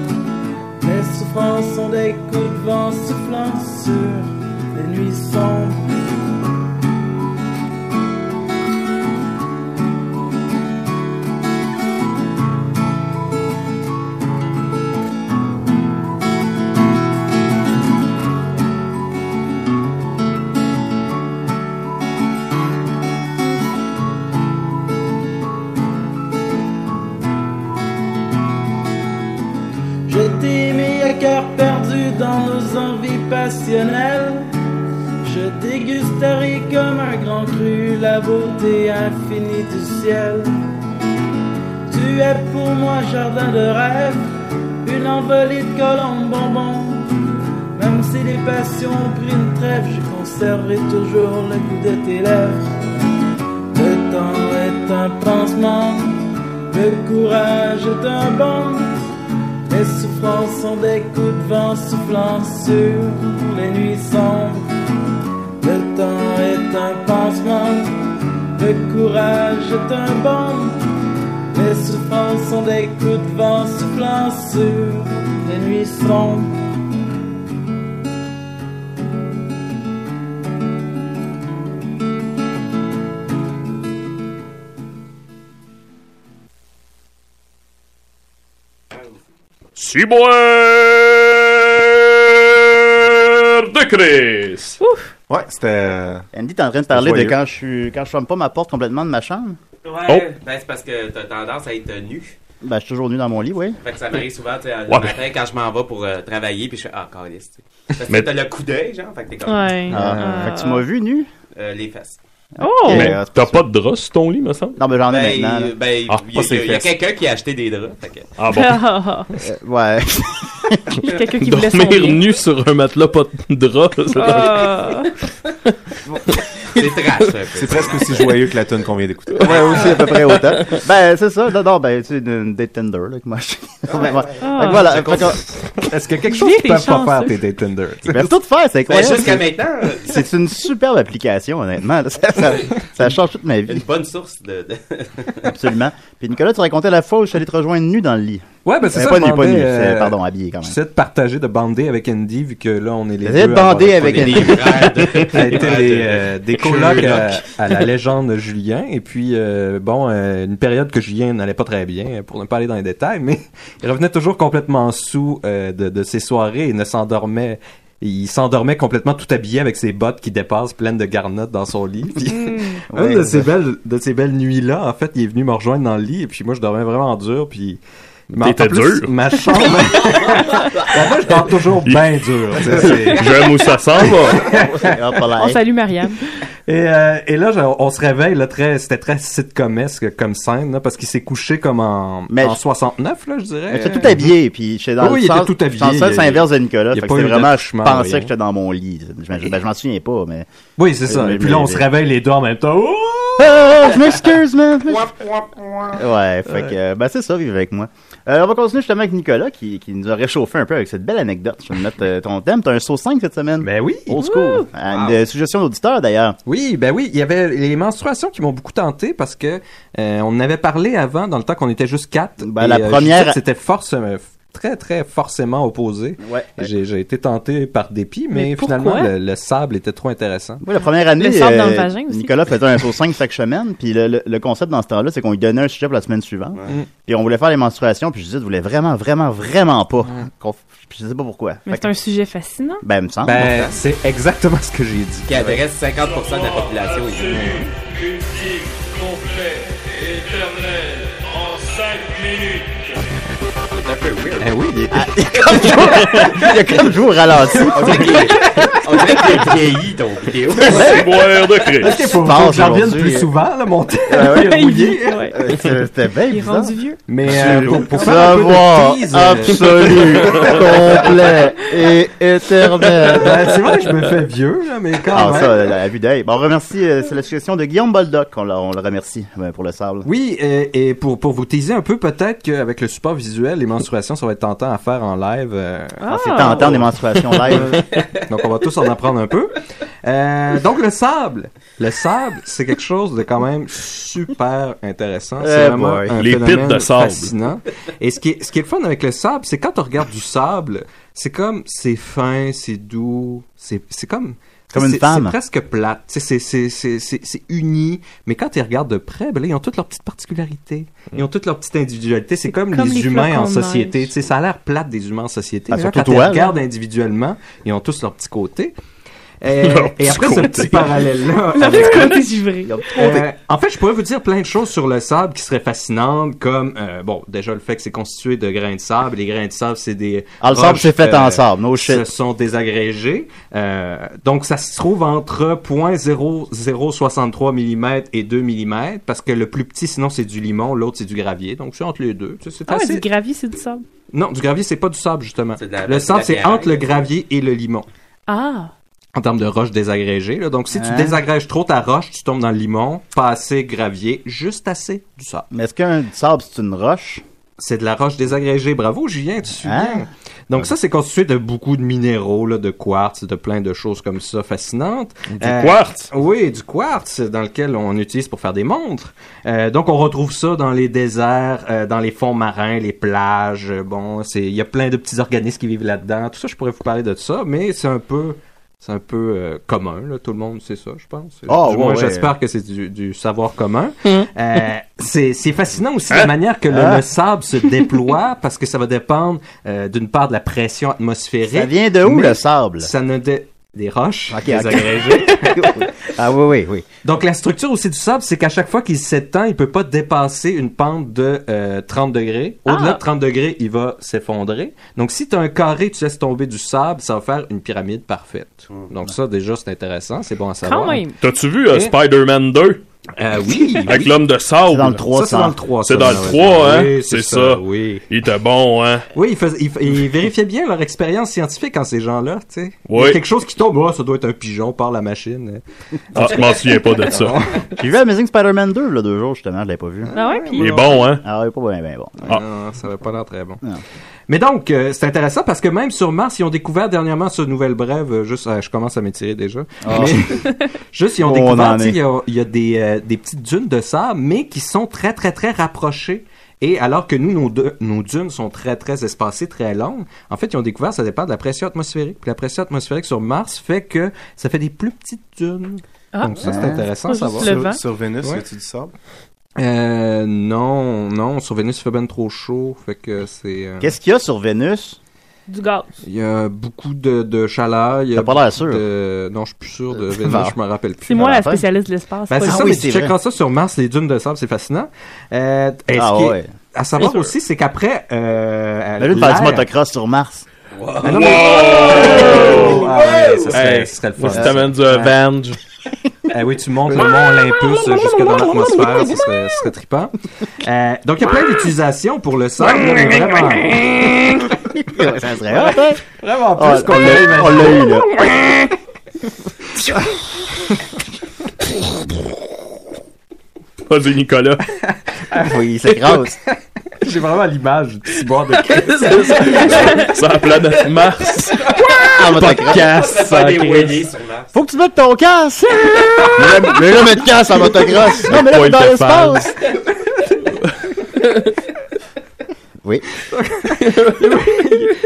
Speaker 10: Les souffrances sont des coups de vent soufflant sur les nuits sombres. Je t'ai mis à cœur perdu dans nos envies passionnelles. Je dégusterai comme un grand cru la beauté infinie du ciel. Tu es pour moi jardin de rêve, une envolée de colombes bonbons. Même si les passions ont pris une trêve, je conserverai toujours le goût de tes lèvres. Le temps est un pansement, le courage est un bon. Les souffrances sont des coups de vent soufflant sur les nuits sombres. Le temps est un pansement, le courage est un baume. Les souffrances sont des coups de vent soufflant sur les nuits sombres.
Speaker 2: Ciboire de Chris!
Speaker 3: Ouais, c'était. Andy, t'es en train de parler de
Speaker 2: joyeux.
Speaker 3: quand je suis quand je ferme pas ma porte complètement de ma chambre.
Speaker 6: Ouais,
Speaker 3: Oh.
Speaker 6: ben, c'est parce que t'as tendance à être nu.
Speaker 3: Ben, je suis toujours nu dans mon lit, oui.
Speaker 6: Fait que ça m'arrive souvent, tu sais, le
Speaker 3: Ouais.
Speaker 6: matin quand je m'en vais pour euh, travailler, puis je fais Ah, calice, tu sais. Parce que
Speaker 3: Mais-
Speaker 6: t'as le coup d'œil, genre, fait que t'es comme.
Speaker 3: Ouais. Ah, fait que tu m'as vu nu?
Speaker 6: Euh, les fesses.
Speaker 4: Oh!
Speaker 3: Oh. Eh,
Speaker 2: Mais
Speaker 4: Ah.
Speaker 2: t'as pas de drap sur ton lit, me semble?
Speaker 3: Non, mais j'en ai
Speaker 6: Ben,
Speaker 3: maintenant.
Speaker 6: euh,
Speaker 3: là. Ah,
Speaker 6: ben, il y a- il y a, quelqu'un qui a acheté des draps. Fait que...
Speaker 2: Ah
Speaker 3: Euh, ouais.
Speaker 6: Il y a quelqu'un [LAUGHS] qui voulait son
Speaker 2: Dormir
Speaker 6: lit.
Speaker 2: nu sur un matelas pas
Speaker 3: [LAUGHS]
Speaker 2: de drap. c'est
Speaker 6: Ah. C'est
Speaker 7: [LAUGHS]
Speaker 6: trash, un peu.
Speaker 7: C'est presque aussi joyeux que la tonne qu'on vient d'écouter.
Speaker 3: Ouais, aussi à peu près autant. [LAUGHS] Ben, c'est ça. Non, non, ben, tu sais, une, une date Tinder, là, que moi, je... Ben, ouais. Fait que
Speaker 4: Ah.
Speaker 3: voilà.
Speaker 7: Je
Speaker 3: fait que-
Speaker 7: comprends.
Speaker 8: Est-ce qu'il y a quelque chose qu'ils peuvent pas faire, tes date Tinder?
Speaker 3: Ils peuvent tout faire, c'est
Speaker 8: Ben,
Speaker 3: incroyable. C'est-
Speaker 8: jusqu'à
Speaker 6: hein.
Speaker 8: maintenant, euh.
Speaker 3: C'est une superbe application, honnêtement. [LAUGHS] là. Ça, ça- ça change toute ma
Speaker 6: Une
Speaker 3: vie.
Speaker 6: bonne source de. de-
Speaker 3: Absolument. Puis Nicolas, tu racontais la fois où je suis allé te rejoindre nu dans le lit.
Speaker 8: Ouais, ben c'est
Speaker 3: Ben,
Speaker 8: ça.
Speaker 3: Pas
Speaker 8: je
Speaker 3: nu, pas nu.
Speaker 8: demandais, euh,
Speaker 3: c'est- Pardon, habillé
Speaker 8: [LAUGHS]
Speaker 3: quand même.
Speaker 8: J'essaie de partager, de bander avec Andy, vu que là, on est les
Speaker 3: J'essaie de
Speaker 8: deux à avoir
Speaker 3: bander
Speaker 8: été
Speaker 3: avec
Speaker 8: des-
Speaker 3: Andy.
Speaker 8: [LAUGHS] à être
Speaker 3: Ouais,
Speaker 8: des,
Speaker 3: de-
Speaker 8: euh, des
Speaker 3: de-
Speaker 8: colocs à,
Speaker 3: coloc.
Speaker 8: à la légende Julien. Et puis, euh, bon, euh, une période que Julien n'allait pas très bien, euh, pour ne pas aller dans les détails, mais [LAUGHS] il revenait toujours complètement sous euh, de, de ses soirées et ne s'endormait... Il s'endormait complètement tout habillé avec ses bottes qui dépassent pleines de garnottes dans son lit. Puis,
Speaker 4: Hmm.
Speaker 3: Ouais,
Speaker 8: une de
Speaker 3: c'est
Speaker 8: ces
Speaker 3: ça.
Speaker 8: belles, de ces belles nuits-là, en fait, il est venu me rejoindre dans le lit et puis moi, je dormais vraiment dur. Puis, en
Speaker 2: T'étais
Speaker 8: plus,
Speaker 2: dur.
Speaker 8: Ma chambre, Ben, moi, je dors toujours bien dur. tu sais,
Speaker 2: [LAUGHS]
Speaker 8: c'est-
Speaker 2: J'aime où ça s'en va.
Speaker 4: On salue Marianne.
Speaker 8: Et, euh, et là, je- on se réveille, là, très, c'était très sitcomesque comme scène, là, parce qu'il s'est couché comme en, en 69, là, je dirais.
Speaker 3: Mais J'étais tout habillé, puis j'étais dans
Speaker 8: Oui,
Speaker 3: le
Speaker 8: il
Speaker 3: sens-
Speaker 8: était tout habillé.
Speaker 3: Dans le sens
Speaker 8: Il-
Speaker 3: inverse de Nicolas.
Speaker 8: il y a
Speaker 3: Fait que
Speaker 8: pas
Speaker 3: c'était
Speaker 8: eu
Speaker 3: vraiment, je
Speaker 8: d'attouchement,
Speaker 3: pensais
Speaker 8: rien.
Speaker 3: que j'étais dans mon lit. Je, ben, je m'en souviens pas, mais.
Speaker 8: Oui, c'est ça.
Speaker 3: Mais-
Speaker 8: Et puis
Speaker 3: mais-
Speaker 8: là, on se
Speaker 3: mais-
Speaker 8: réveille les deux en même temps. Oh!
Speaker 3: Ah, je m'excuse, man. Ouais, fait que, euh, ben, c'est ça, vivre avec moi. Euh, on va continuer justement avec Nicolas, qui, qui nous a réchauffé un peu avec cette belle anecdote. Je vais me mettre euh, ton thème. T'as un saut 5 cette semaine.
Speaker 8: Ben oui.
Speaker 3: Old school. Ah, Une euh, suggestion d'auditeur, d'ailleurs.
Speaker 8: Oui, ben oui, il y avait les menstruations qui m'ont beaucoup tenté parce que euh, on en avait parlé avant dans le temps qu'on était juste quatre. euh,
Speaker 3: Ben, la première-
Speaker 8: je sais que c'était force euh, très très forcément opposé.
Speaker 3: Ouais.
Speaker 8: J'ai j'ai été tenté par dépit, mais,
Speaker 3: Ben Mais pourquoi?
Speaker 8: finalement le, le sable était trop intéressant.
Speaker 3: Oui, la première année,
Speaker 8: Le sable dans le
Speaker 3: euh,
Speaker 8: vagin aussi.
Speaker 3: Nicolas faisait un saut 5 chaque semaine. Puis le, le- le concept dans ce temps-là, c'est qu'on lui donnait un sujet pour la semaine suivante.
Speaker 8: Ouais. Mm.
Speaker 3: Puis on voulait faire les menstruations. Puis je disais, je voulais vraiment, vraiment, vraiment pas.
Speaker 8: Mm.
Speaker 3: qu'on f- Puis je sais pas pourquoi.
Speaker 4: Mais
Speaker 3: Fait
Speaker 4: c'est un sujet fascinant.
Speaker 3: [LAUGHS] que- ben, il me semble.
Speaker 8: Ben, c'est exactement [LAUGHS] ce que j'ai dit.
Speaker 6: qui adresse 50% de la population ici.
Speaker 11: complet, éternel, en 5 minutes.
Speaker 6: C'est un peu weird.
Speaker 3: Eh oui, il est- Comme toujours- il a comme toujours
Speaker 8: [LAUGHS]
Speaker 3: ralenti.
Speaker 6: On dirait qu'il [LAUGHS] on dirait qu'il est vieilli, ton
Speaker 2: [LAUGHS]
Speaker 6: vidéo.
Speaker 3: C'est boire de Christ.
Speaker 8: Est-ce qu'il faut,
Speaker 3: Tu penses
Speaker 8: faut que j'en revienne
Speaker 3: aujourd'hui,
Speaker 8: plus
Speaker 3: euh,
Speaker 8: souvent, là, mon temps? [LAUGHS]
Speaker 3: Ah ouais, [LAUGHS]
Speaker 8: Il
Speaker 3: mouillé.
Speaker 8: vit, ouais.
Speaker 3: Euh, c'est- C'était bien
Speaker 4: Il est
Speaker 3: bizarre.
Speaker 4: rendu vieux.
Speaker 8: Mais euh, pour, pour faire un peu de
Speaker 3: savoir
Speaker 8: tease, euh, [LAUGHS]
Speaker 3: absolu, complet et éternel.
Speaker 8: Ben, c'est vrai que je me fais vieux, là, mais quand
Speaker 3: Ah,
Speaker 8: même.
Speaker 3: ça, la, la vue d'œil. Bon, on remercie, euh, c'est la suggestion de Guillaume Boldoc, on, l'a- on le remercie euh, pour le sable.
Speaker 8: Oui, et, et pour, pour vous teaser un peu, peut-être qu'avec le support visuel, les menstruations, ça va être tentant à faire en live. euh,
Speaker 3: Ah, c'est tentant, des menstruations live.
Speaker 8: donc, on va tous en apprendre un peu. Euh, donc, le sable. Le sable, c'est quelque chose de quand même super intéressant. C'est
Speaker 2: Eh
Speaker 8: vraiment
Speaker 2: boy.
Speaker 8: un
Speaker 2: Les
Speaker 8: phénomène
Speaker 2: pites de sable.
Speaker 8: fascinant. Et ce qui, est, ce qui est le fun avec le sable, c'est quand on regarde du sable, c'est comme, c'est fin, c'est doux, c'est c'est comme...
Speaker 3: Comme une
Speaker 8: c'est-
Speaker 3: femme.
Speaker 8: c'est presque plate. Tu sais, C'est c'est- c'est- c'est- c'est uni. Mais quand tu regardes de près, ben là, ils ont toutes leurs petites particularités. Ils ont toutes leurs petites individualités. C'est comme,
Speaker 4: comme
Speaker 8: les,
Speaker 4: les
Speaker 8: humains en
Speaker 4: flocons de
Speaker 8: société. Tu sais, ça a l'air plate des humains en société.
Speaker 3: Ah,
Speaker 8: mais là,
Speaker 3: surtout
Speaker 8: quand tu
Speaker 3: toi, là.
Speaker 8: regardes individuellement, ils ont tous leur petit côté. Euh,
Speaker 3: Leur
Speaker 8: et
Speaker 3: petit
Speaker 8: après ce
Speaker 3: côté.
Speaker 8: petit parallèle-là,
Speaker 4: Leur
Speaker 8: avec-
Speaker 4: petit côté givré.
Speaker 3: Ah,
Speaker 8: euh, en fait, je pourrais vous dire plein de choses sur le sable qui seraient fascinantes, comme euh, bon, déjà le fait que c'est constitué de grains de sable. Les grains de sable, c'est des
Speaker 3: Ah, le sable,
Speaker 8: roches,
Speaker 3: c'est fait
Speaker 8: euh,
Speaker 3: en sable, no shit.
Speaker 8: Ce sont désagrégés. Euh, donc, ça se trouve entre 0.0063 mm et 2 mm, parce que le plus petit, sinon, c'est du limon, l'autre, c'est du gravier. Donc, c'est entre les deux. Tu sais, C'est
Speaker 4: Ah, ouais,
Speaker 8: assez-
Speaker 4: du gravier, c'est du sable.
Speaker 8: Non, du gravier, c'est pas du sable, justement.
Speaker 6: la-
Speaker 8: Le
Speaker 6: c'est de
Speaker 8: sable,
Speaker 6: la
Speaker 8: c'est
Speaker 6: pierre.
Speaker 8: entre le gravier et le limon
Speaker 4: Ah,
Speaker 8: en termes de roche désagrégée. Là. Donc, si tu
Speaker 3: Hein?
Speaker 8: désagrèges trop ta roche, tu tombes dans le limon. Pas assez gravier, juste assez du sable.
Speaker 3: Mais est-ce qu'un sable, c'est une roche?
Speaker 8: C'est de la roche désagrégée. Bravo, Julien, tu suis
Speaker 3: Hein?
Speaker 8: bien. Donc, ça, c'est constitué de beaucoup de minéraux, là, de quartz, de plein de choses comme ça fascinantes.
Speaker 2: Du
Speaker 3: Eh. Euh,
Speaker 2: quartz?
Speaker 8: Oui, du quartz, dans lequel on utilise pour faire des montres. Euh, donc, on retrouve ça dans les déserts, euh, dans les fonds marins, les plages. Euh, Bon, c'est il y a plein de petits organismes qui vivent là-dedans. Tout ça, je pourrais vous parler de ça, mais c'est un peu... C'est un peu euh, commun, là. tout le monde sait ça, je pense.
Speaker 3: Ah,
Speaker 8: Du moins,
Speaker 3: ouais, ouais.
Speaker 8: j'espère que c'est du, du savoir commun. Euh, c'est c'est fascinant aussi la manière que le,
Speaker 3: Hum. Hein?
Speaker 8: le sable se déploie, [LAUGHS] parce que ça va dépendre euh, d'une part de la pression atmosphérique.
Speaker 3: Ça vient de où,
Speaker 8: mais
Speaker 3: le sable?
Speaker 8: Ça ne dé- des roches,
Speaker 3: Ok,
Speaker 8: des
Speaker 3: ok.
Speaker 8: agrégés.
Speaker 3: [LAUGHS] Ah oui, oui, oui.
Speaker 8: Donc la structure aussi du sable, c'est qu'à chaque fois qu'il s'étend, il peut pas dépasser une pente de euh, 30 degrés. Au-delà
Speaker 4: Ah.
Speaker 8: de 30 degrés, il va s'effondrer. Donc si tu as un carré, tu laisses tomber du sable, ça va faire une pyramide parfaite.
Speaker 2: Hum,
Speaker 8: Donc ça déjà c'est intéressant, c'est bon à savoir.
Speaker 4: quand même.
Speaker 2: T'as-tu vu euh,
Speaker 8: Et-
Speaker 2: Spider-Man 2 [LAUGHS]
Speaker 8: Euh, oui,
Speaker 2: avec
Speaker 8: oui.
Speaker 2: l'homme de
Speaker 3: Eh.
Speaker 2: sable?
Speaker 3: C'est dans le
Speaker 8: Ça, c'est dans
Speaker 3: 300.
Speaker 8: le 3.
Speaker 2: C'est
Speaker 8: ça,
Speaker 2: dans le
Speaker 8: malheureusement.
Speaker 2: 3, hein?
Speaker 8: Oui,
Speaker 2: c'est ça.
Speaker 8: Oui.
Speaker 2: Il était bon, hein?
Speaker 8: Oui, ils, faisaient- ils f- ils vérifiaient bien leur expérience scientifique en ces gens-là, tu sais. Il y a
Speaker 2: Oui.
Speaker 3: [LAUGHS]
Speaker 8: Quelque chose qui tombe, oh, ça doit être un pigeon par la machine.
Speaker 2: Ah, je m'en souviens pas de ça.
Speaker 3: J'ai vu Amazing Spider-Man 2, là, deux jours, justement, je l'avais pas vu.
Speaker 4: Ah ouais, puis
Speaker 2: Il est bon, hein?
Speaker 3: Ah oui, pas bien, bien bon.
Speaker 2: Ah.
Speaker 8: Non, ça va pas l'air très bon.
Speaker 3: Non.
Speaker 8: Mais donc, euh, c'est intéressant parce que même sur Mars, ils ont découvert dernièrement ce nouvelle brève, euh, juste, euh, je commence à m'étirer déjà. Mais,
Speaker 3: [LAUGHS]
Speaker 8: juste, ils ont
Speaker 3: Ah. Oh, on en
Speaker 8: découvert, tu sais,
Speaker 3: est.
Speaker 8: il y a, il y a des, euh, des petites dunes de sable, mais qui sont très, très, très rapprochées. Et alors que nous, nos, deux- nos dunes sont très, très espacées, très longues, en fait, ils ont découvert, ça dépend de la pression atmosphérique. Puis la pression atmosphérique sur Mars fait que ça fait des plus petites dunes.
Speaker 4: Ah.
Speaker 8: Donc ça, c'est
Speaker 3: Ah.
Speaker 8: intéressant à
Speaker 4: C'est pas
Speaker 8: savoir.
Speaker 4: juste Le vent.
Speaker 7: Sur, sur Vénus,
Speaker 8: Ouais.
Speaker 7: y a-tu du sable?
Speaker 8: Euh, non, non, sur Vénus, il fait ben trop chaud, fait que c'est... euh,
Speaker 3: Qu'est-ce qu'il y a sur Vénus?
Speaker 4: du gaz.
Speaker 8: Il y a beaucoup de, de chaleur. Il y a
Speaker 3: T'as pas l'air sûr.
Speaker 8: beaucoup de- Non, je suis plus sûr de Vénus,
Speaker 3: Bon.
Speaker 8: je me rappelle plus.
Speaker 4: C'est moi
Speaker 3: dans
Speaker 4: la
Speaker 3: la fin.
Speaker 4: spécialiste de l'espace.
Speaker 8: Ben,
Speaker 4: pas
Speaker 8: c'est
Speaker 4: lui.
Speaker 8: ça,
Speaker 3: oui,
Speaker 8: mais
Speaker 3: c'est
Speaker 8: si tu
Speaker 3: vrai.
Speaker 8: checkeras ça sur Mars, les dunes de sable, c'est fascinant. Euh, est-ce
Speaker 3: Ah
Speaker 8: qu'il y a-
Speaker 3: ouais.
Speaker 8: À savoir aussi, c'est qu'après... Euh,
Speaker 3: Imagine faire du
Speaker 8: l'air-
Speaker 3: motocross sur Mars.
Speaker 8: Ah non, mais- Ah ouais, ça serait-
Speaker 2: Hey,
Speaker 8: ça serait le
Speaker 2: moi,
Speaker 8: fun.
Speaker 2: si t'amènes du
Speaker 8: Ouais.
Speaker 2: Avenge,
Speaker 8: Ah oui, tu montes le Mont Olympus euh, jusque dans l'atmosphère, ce serait, ce serait trippant. Euh, donc, il y a plein d'utilisations pour le sable. là, mais vraiment,
Speaker 3: ça serait hot, hein?
Speaker 8: vraiment
Speaker 3: Ah,
Speaker 8: plus
Speaker 3: on
Speaker 8: qu'on l'a
Speaker 3: l'a
Speaker 8: imaginé.
Speaker 3: on l'a eu, là.
Speaker 2: vas-y, Nicolas.
Speaker 3: [LAUGHS] Oui, c'est grosse.
Speaker 8: J'ai vraiment l'image du petit bord de
Speaker 2: Sur
Speaker 3: [LAUGHS]
Speaker 2: la planète Mars,
Speaker 3: Ah, motocross.
Speaker 2: podcast,
Speaker 6: Ça
Speaker 2: sans
Speaker 6: des
Speaker 2: Chris.
Speaker 6: voiliers sur Mars.
Speaker 3: Faut que tu mettes ton casque! mais là, mais là, mets le casque en motocross! Non, mais là,
Speaker 2: Pointe
Speaker 3: dans
Speaker 2: de
Speaker 3: l'espace! Oui.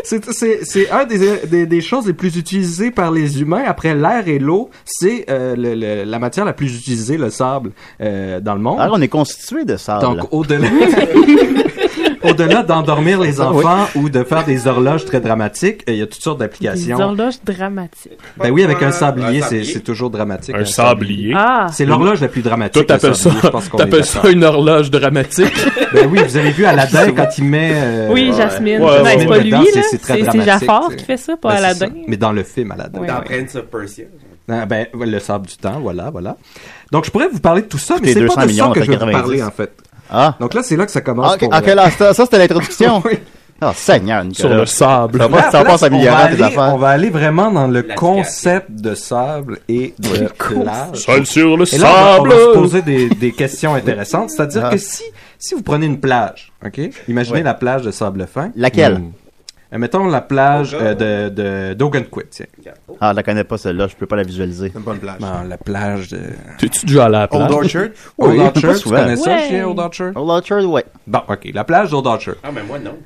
Speaker 8: C'est, c'est, c'est un des, des, des choses les plus utilisées par les humains après l'air et l'eau. C'est euh, le- le- la matière la plus utilisée, le sable, euh, dans le monde.
Speaker 3: Alors, on est constitué de sable.
Speaker 8: Donc, au-delà, [LAUGHS] au-delà d'endormir les enfants ou de faire des horloges très dramatiques, euh, il y a toutes sortes
Speaker 4: Des
Speaker 8: d'applications.
Speaker 4: horloges dramatiques.
Speaker 8: Ben oui, avec un sablier,
Speaker 4: Un
Speaker 8: c'est
Speaker 4: sablier.
Speaker 8: c'est toujours dramatique.
Speaker 2: Un sablier.
Speaker 4: Ah.
Speaker 8: C'est l'horloge la plus dramatique.
Speaker 2: Toi, t'appelles
Speaker 8: le sablier,
Speaker 2: ça-
Speaker 8: je pense qu'on
Speaker 2: t'appelles
Speaker 8: est
Speaker 2: ça
Speaker 8: d'accord.
Speaker 2: une horloge dramatique? [LAUGHS]
Speaker 8: ben oui, vous avez vu Aladdin quand il met. euh,
Speaker 4: Oui,
Speaker 8: ouais.
Speaker 4: Jasmine.
Speaker 8: Ouais,
Speaker 4: Non,
Speaker 8: ouais,
Speaker 4: c'est pas
Speaker 8: ouais.
Speaker 4: lui,
Speaker 8: Dedans,
Speaker 4: là.
Speaker 8: c'est- C'est très
Speaker 4: C'est- c'est
Speaker 8: dramatique.
Speaker 4: Jaffar
Speaker 8: tu sais.
Speaker 4: qui fait ça, pas
Speaker 8: Ben, c'est
Speaker 4: Aladdin.
Speaker 8: ça. Mais dans le film Aladdin.
Speaker 4: Ouais.
Speaker 6: Dans Prince of Persia.
Speaker 8: Ah, ben, le sable du temps, voilà, voilà. Donc, je pourrais vous parler de tout ça,
Speaker 3: Coûtez
Speaker 8: mais c'est pas
Speaker 3: 200
Speaker 8: de ça
Speaker 3: millions,
Speaker 8: que je veux vous
Speaker 3: 90.
Speaker 8: parler, en fait.
Speaker 3: Ah.
Speaker 8: Donc là, c'est là que ça commence.
Speaker 3: Ah, ok,
Speaker 8: pour,
Speaker 3: ah, que
Speaker 8: euh,
Speaker 3: là, ça, ça, c'était
Speaker 8: [LAUGHS]
Speaker 3: l'introduction.
Speaker 8: Oui.
Speaker 3: Ah, Seigneur, Nicolas.
Speaker 8: Sur le sable.
Speaker 3: Ça
Speaker 8: À
Speaker 3: va-
Speaker 8: la
Speaker 3: Ça passe
Speaker 8: place,
Speaker 3: à
Speaker 8: on va
Speaker 3: milliards, hein, tes
Speaker 8: aller-
Speaker 3: affaires.
Speaker 8: On va aller vraiment dans le
Speaker 3: La
Speaker 8: concept de sable et de
Speaker 3: Le
Speaker 8: plage.
Speaker 2: concept. Seul sur le
Speaker 8: Et là, on va- On va se
Speaker 2: sable.
Speaker 8: poser des,
Speaker 3: [LAUGHS]
Speaker 8: des questions intéressantes. C'est-à-dire que si, si vous prenez une plage, OK? Imaginez
Speaker 3: Ah. Ouais.
Speaker 8: la plage de sable fin.
Speaker 3: Laquelle?
Speaker 8: Euh, mettons la plage euh, de, de d'Ogunquit, tiens.
Speaker 3: Ah, je la connais pas, celle-là, je peux pas la visualiser. C'est
Speaker 7: une bonne plage.
Speaker 8: Non, la plage de.
Speaker 2: T'es-tu déjà allé à la plage?
Speaker 8: Old
Speaker 3: Oui,
Speaker 8: Orchard,
Speaker 3: pas
Speaker 8: tu
Speaker 3: souvent.
Speaker 8: connais ça,
Speaker 4: Ouais.
Speaker 8: chien, Old Orchard?
Speaker 3: Old Orchard, ouais.
Speaker 8: Bon, OK. La plage d'Old Orchard.
Speaker 6: Ah, mais moi, non.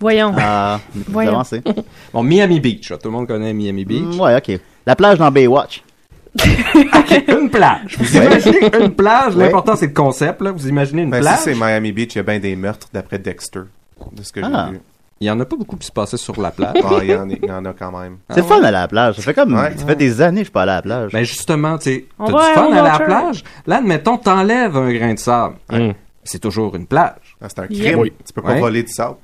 Speaker 4: Voyons.
Speaker 3: Ah, plus
Speaker 4: Voyons.
Speaker 3: avancé.
Speaker 8: Bon, Miami Beach. là. Tout le monde connaît Miami Beach.
Speaker 3: Mm, ouais, ok. La plage dans Baywatch.
Speaker 8: [LAUGHS] une plage. Vous
Speaker 3: Ouais.
Speaker 8: imaginez une plage.
Speaker 3: Ouais.
Speaker 8: L'important, c'est le concept. Là. Vous imaginez une
Speaker 7: Ben,
Speaker 8: plage.
Speaker 7: si c'est Miami Beach, il y a bien des meurtres d'après Dexter, de ce que
Speaker 8: Ah.
Speaker 7: j'ai vu.
Speaker 8: Il y en a pas beaucoup qui se passaient sur
Speaker 3: [LAUGHS]
Speaker 8: la plage.
Speaker 7: Ah, il y, en a- il y en a quand même.
Speaker 3: C'est
Speaker 8: Ah
Speaker 3: fun
Speaker 8: ouais?
Speaker 3: à la plage. Ça fait comme.
Speaker 8: Ouais.
Speaker 3: Ça fait des années que je suis pas allé à la plage.
Speaker 8: Ben justement, tu sais, t'as
Speaker 3: On
Speaker 8: du
Speaker 3: va à
Speaker 8: fun
Speaker 3: Old
Speaker 8: à la
Speaker 3: Orchard.
Speaker 8: plage. Là, admettons, t'enlèves un grain de sable.
Speaker 3: Mm.
Speaker 8: C'est toujours une plage.
Speaker 7: Ah, c'est un
Speaker 8: Yeah.
Speaker 7: crime.
Speaker 8: Oui.
Speaker 7: Tu peux pas
Speaker 8: Ouais.
Speaker 7: voler du sable.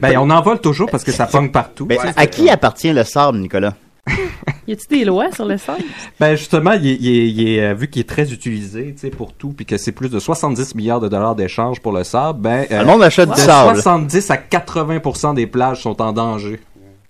Speaker 8: Ben, on en vole toujours parce que ça pogne partout.
Speaker 3: Ben, à qui appartient le sable, Nicolas
Speaker 4: Y a-tu des lois sur le sable?
Speaker 8: Ben justement, il est, il est- il est, euh, vu qu'il est très utilisé, tu sais, pour tout, puis que c'est plus de 70 milliards de dollars d'échanges pour le sable, ben
Speaker 3: Le monde achète
Speaker 8: de
Speaker 3: du sable.
Speaker 8: 70 à 80 des plages sont en danger.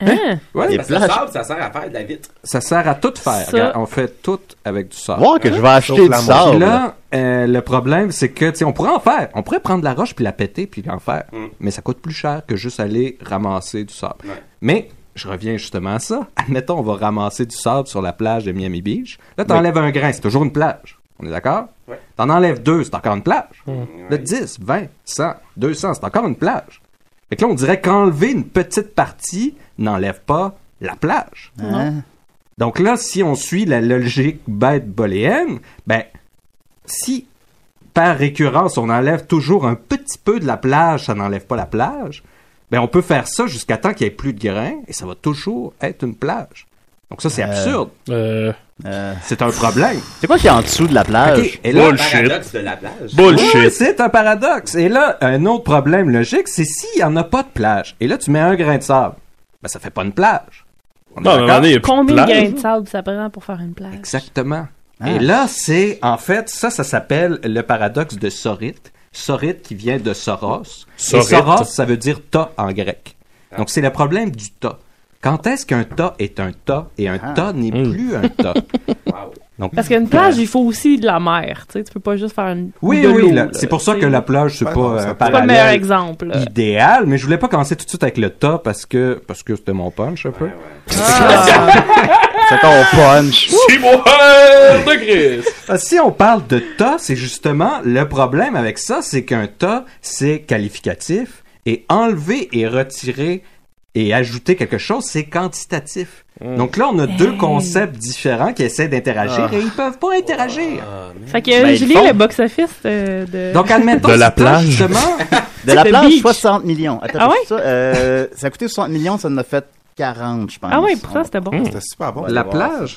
Speaker 4: Hein?
Speaker 8: Ouais, ben,
Speaker 6: Parce
Speaker 8: parce
Speaker 6: que
Speaker 8: que
Speaker 6: le sable, ça sert à faire de la vitre.
Speaker 8: Ça sert à tout faire.
Speaker 6: Ça-
Speaker 8: Regarde, On fait tout avec du sable.
Speaker 3: Voir que je vais acheter
Speaker 8: Sauf
Speaker 3: du
Speaker 8: la mousse.
Speaker 3: sable.
Speaker 8: Puis Là, euh, le problème, c'est que, tu sais, on pourrait en faire. On pourrait prendre de la roche puis la péter puis en faire. Mais ça coûte plus cher que juste aller ramasser du sable. Mais, je reviens justement à ça. [LAUGHS] Admettons, on va ramasser du sable sur la plage de Miami Beach. Là, t'enlèves un grain. C'est toujours une plage. On est d'accord?
Speaker 6: Ouais.
Speaker 8: T'en enlèves deux, c'est encore une plage. Là, 10, 20, 100, 200, c'est encore une plage. Fait que là, on dirait qu'enlever une petite partie n'enlève pas la plage.
Speaker 3: Hein?
Speaker 8: Donc là, si on suit la logique bête boléenne, ben, si par récurrence on enlève toujours un petit peu de la plage, ça n'enlève pas la plage, ben on peut faire ça jusqu'à temps qu'il n'y ait plus de grains et ça va toujours être une plage. Donc ça, c'est
Speaker 3: Euh,
Speaker 8: absurde.
Speaker 3: Euh,
Speaker 8: C'est un problème.
Speaker 3: C'est quoi qui est en dessous de la plage
Speaker 8: Ok, et là- Bullshit.
Speaker 6: Paradoxe de la plage.
Speaker 8: Oui, c'est un paradoxe. Et là, un autre problème logique, c'est s'il n'y en a pas de plage, et là, tu mets un grain de sable, ben, ça fait pas une plage. On est
Speaker 2: Non, mais à un moment
Speaker 8: d'accord?
Speaker 2: donné, il y a plus de
Speaker 4: Combien de grains de sable ça prend pour faire une plage?
Speaker 8: Exactement.
Speaker 4: Ah.
Speaker 8: Et là, c'est, en fait, ça, ça s'appelle le paradoxe de Sorite. Sorite qui vient de Soros.
Speaker 2: Sorite.
Speaker 8: Et Soros, ça veut dire tas en grec. Donc, c'est le problème du tas. Quand est-ce qu'un tas est un tas et un
Speaker 4: Ah.
Speaker 8: tas n'est plus
Speaker 4: [LAUGHS]
Speaker 8: un tas? Donc,
Speaker 4: Parce qu'une plage, il faut aussi de la mer. Tu sais, tu peux pas juste faire une.
Speaker 8: Oui,
Speaker 4: de
Speaker 8: oui,
Speaker 4: l'eau,
Speaker 8: là,
Speaker 4: là.
Speaker 8: c'est pour ça que la plage, c'est
Speaker 4: Ouais,
Speaker 8: pas
Speaker 4: non,
Speaker 8: un
Speaker 4: c'est pas Euh. le
Speaker 8: parallèle
Speaker 4: meilleur exemple, là.
Speaker 8: idéal, mais je voulais pas commencer tout de suite avec le tas parce que, parce que c'était mon punch un peu.
Speaker 3: C'est ton punch.
Speaker 2: C'est mon père de Chris!
Speaker 8: Parce que Ah, Si on parle de tas, c'est justement le problème avec ça, c'est qu'un tas, c'est qualificatif, et enlever et retirer et ajouter quelque chose, c'est quantitatif.
Speaker 7: Hmm.
Speaker 8: Donc là, on a deux concepts différents qui essaient d'interagir
Speaker 4: Ah.
Speaker 8: et ils peuvent pas interagir.
Speaker 7: Ah.
Speaker 4: Fait que
Speaker 8: Ben,
Speaker 4: je
Speaker 8: ils
Speaker 4: lis
Speaker 8: font.
Speaker 4: le box-office euh, de.
Speaker 8: Donc, admettons,
Speaker 3: De la
Speaker 8: si t'as
Speaker 3: plage.
Speaker 8: justement-
Speaker 3: De la
Speaker 4: The
Speaker 3: plage,
Speaker 4: beach.
Speaker 3: 60 millions. Attends,
Speaker 4: Ah ouais?
Speaker 3: c'est ça, euh, ça a coûté 60 millions, ça en a fait 40, je pense.
Speaker 4: Ah ouais, pourtant, c'était bon.
Speaker 8: Hmm.
Speaker 7: C'était super bon.
Speaker 8: La plage?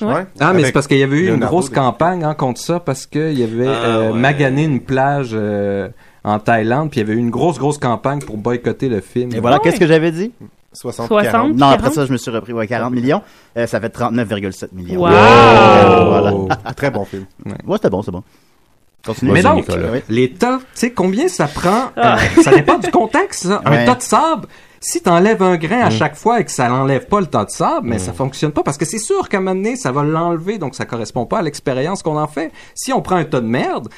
Speaker 7: [LAUGHS] Ouais.
Speaker 8: Ah, mais
Speaker 7: Avec
Speaker 8: c'est parce qu'il y avait eu une
Speaker 7: Leonardo Ah,
Speaker 8: grosse
Speaker 7: DiCaprio.
Speaker 8: campagne hein, contre ça parce qu'il y avait euh, magané une plage euh, en Thaïlande, puis il y avait eu une grosse, grosse campagne pour boycotter le film.
Speaker 3: Et
Speaker 4: Ah
Speaker 3: voilà, qu'est-ce que j'avais dit?
Speaker 7: 60,
Speaker 3: 40.
Speaker 8: 40.
Speaker 3: Non, après ça, je me suis repris. Ouais, 40 millions. Euh, ça fait 39,7 millions.
Speaker 8: Wow! Oh.
Speaker 3: Voilà.
Speaker 7: Très bon film.
Speaker 3: Ouais, c'était bon, c'est bon. Continue.
Speaker 8: Mais donc,
Speaker 3: Oui.
Speaker 8: les tas, tu sais, combien ça prend?
Speaker 3: Ah.
Speaker 8: euh, ça dépend du contexte, ça. Un
Speaker 3: Ouais.
Speaker 8: tas de sable, si t'enlèves un grain à
Speaker 3: Mm.
Speaker 8: chaque fois et que ça l'enlève pas le tas de sable, mais
Speaker 3: Mm.
Speaker 8: ça fonctionne pas parce que c'est sûr qu'à un moment donné, ça va l'enlever, donc ça correspond pas à l'expérience qu'on en fait. Si on prend un tas de merde,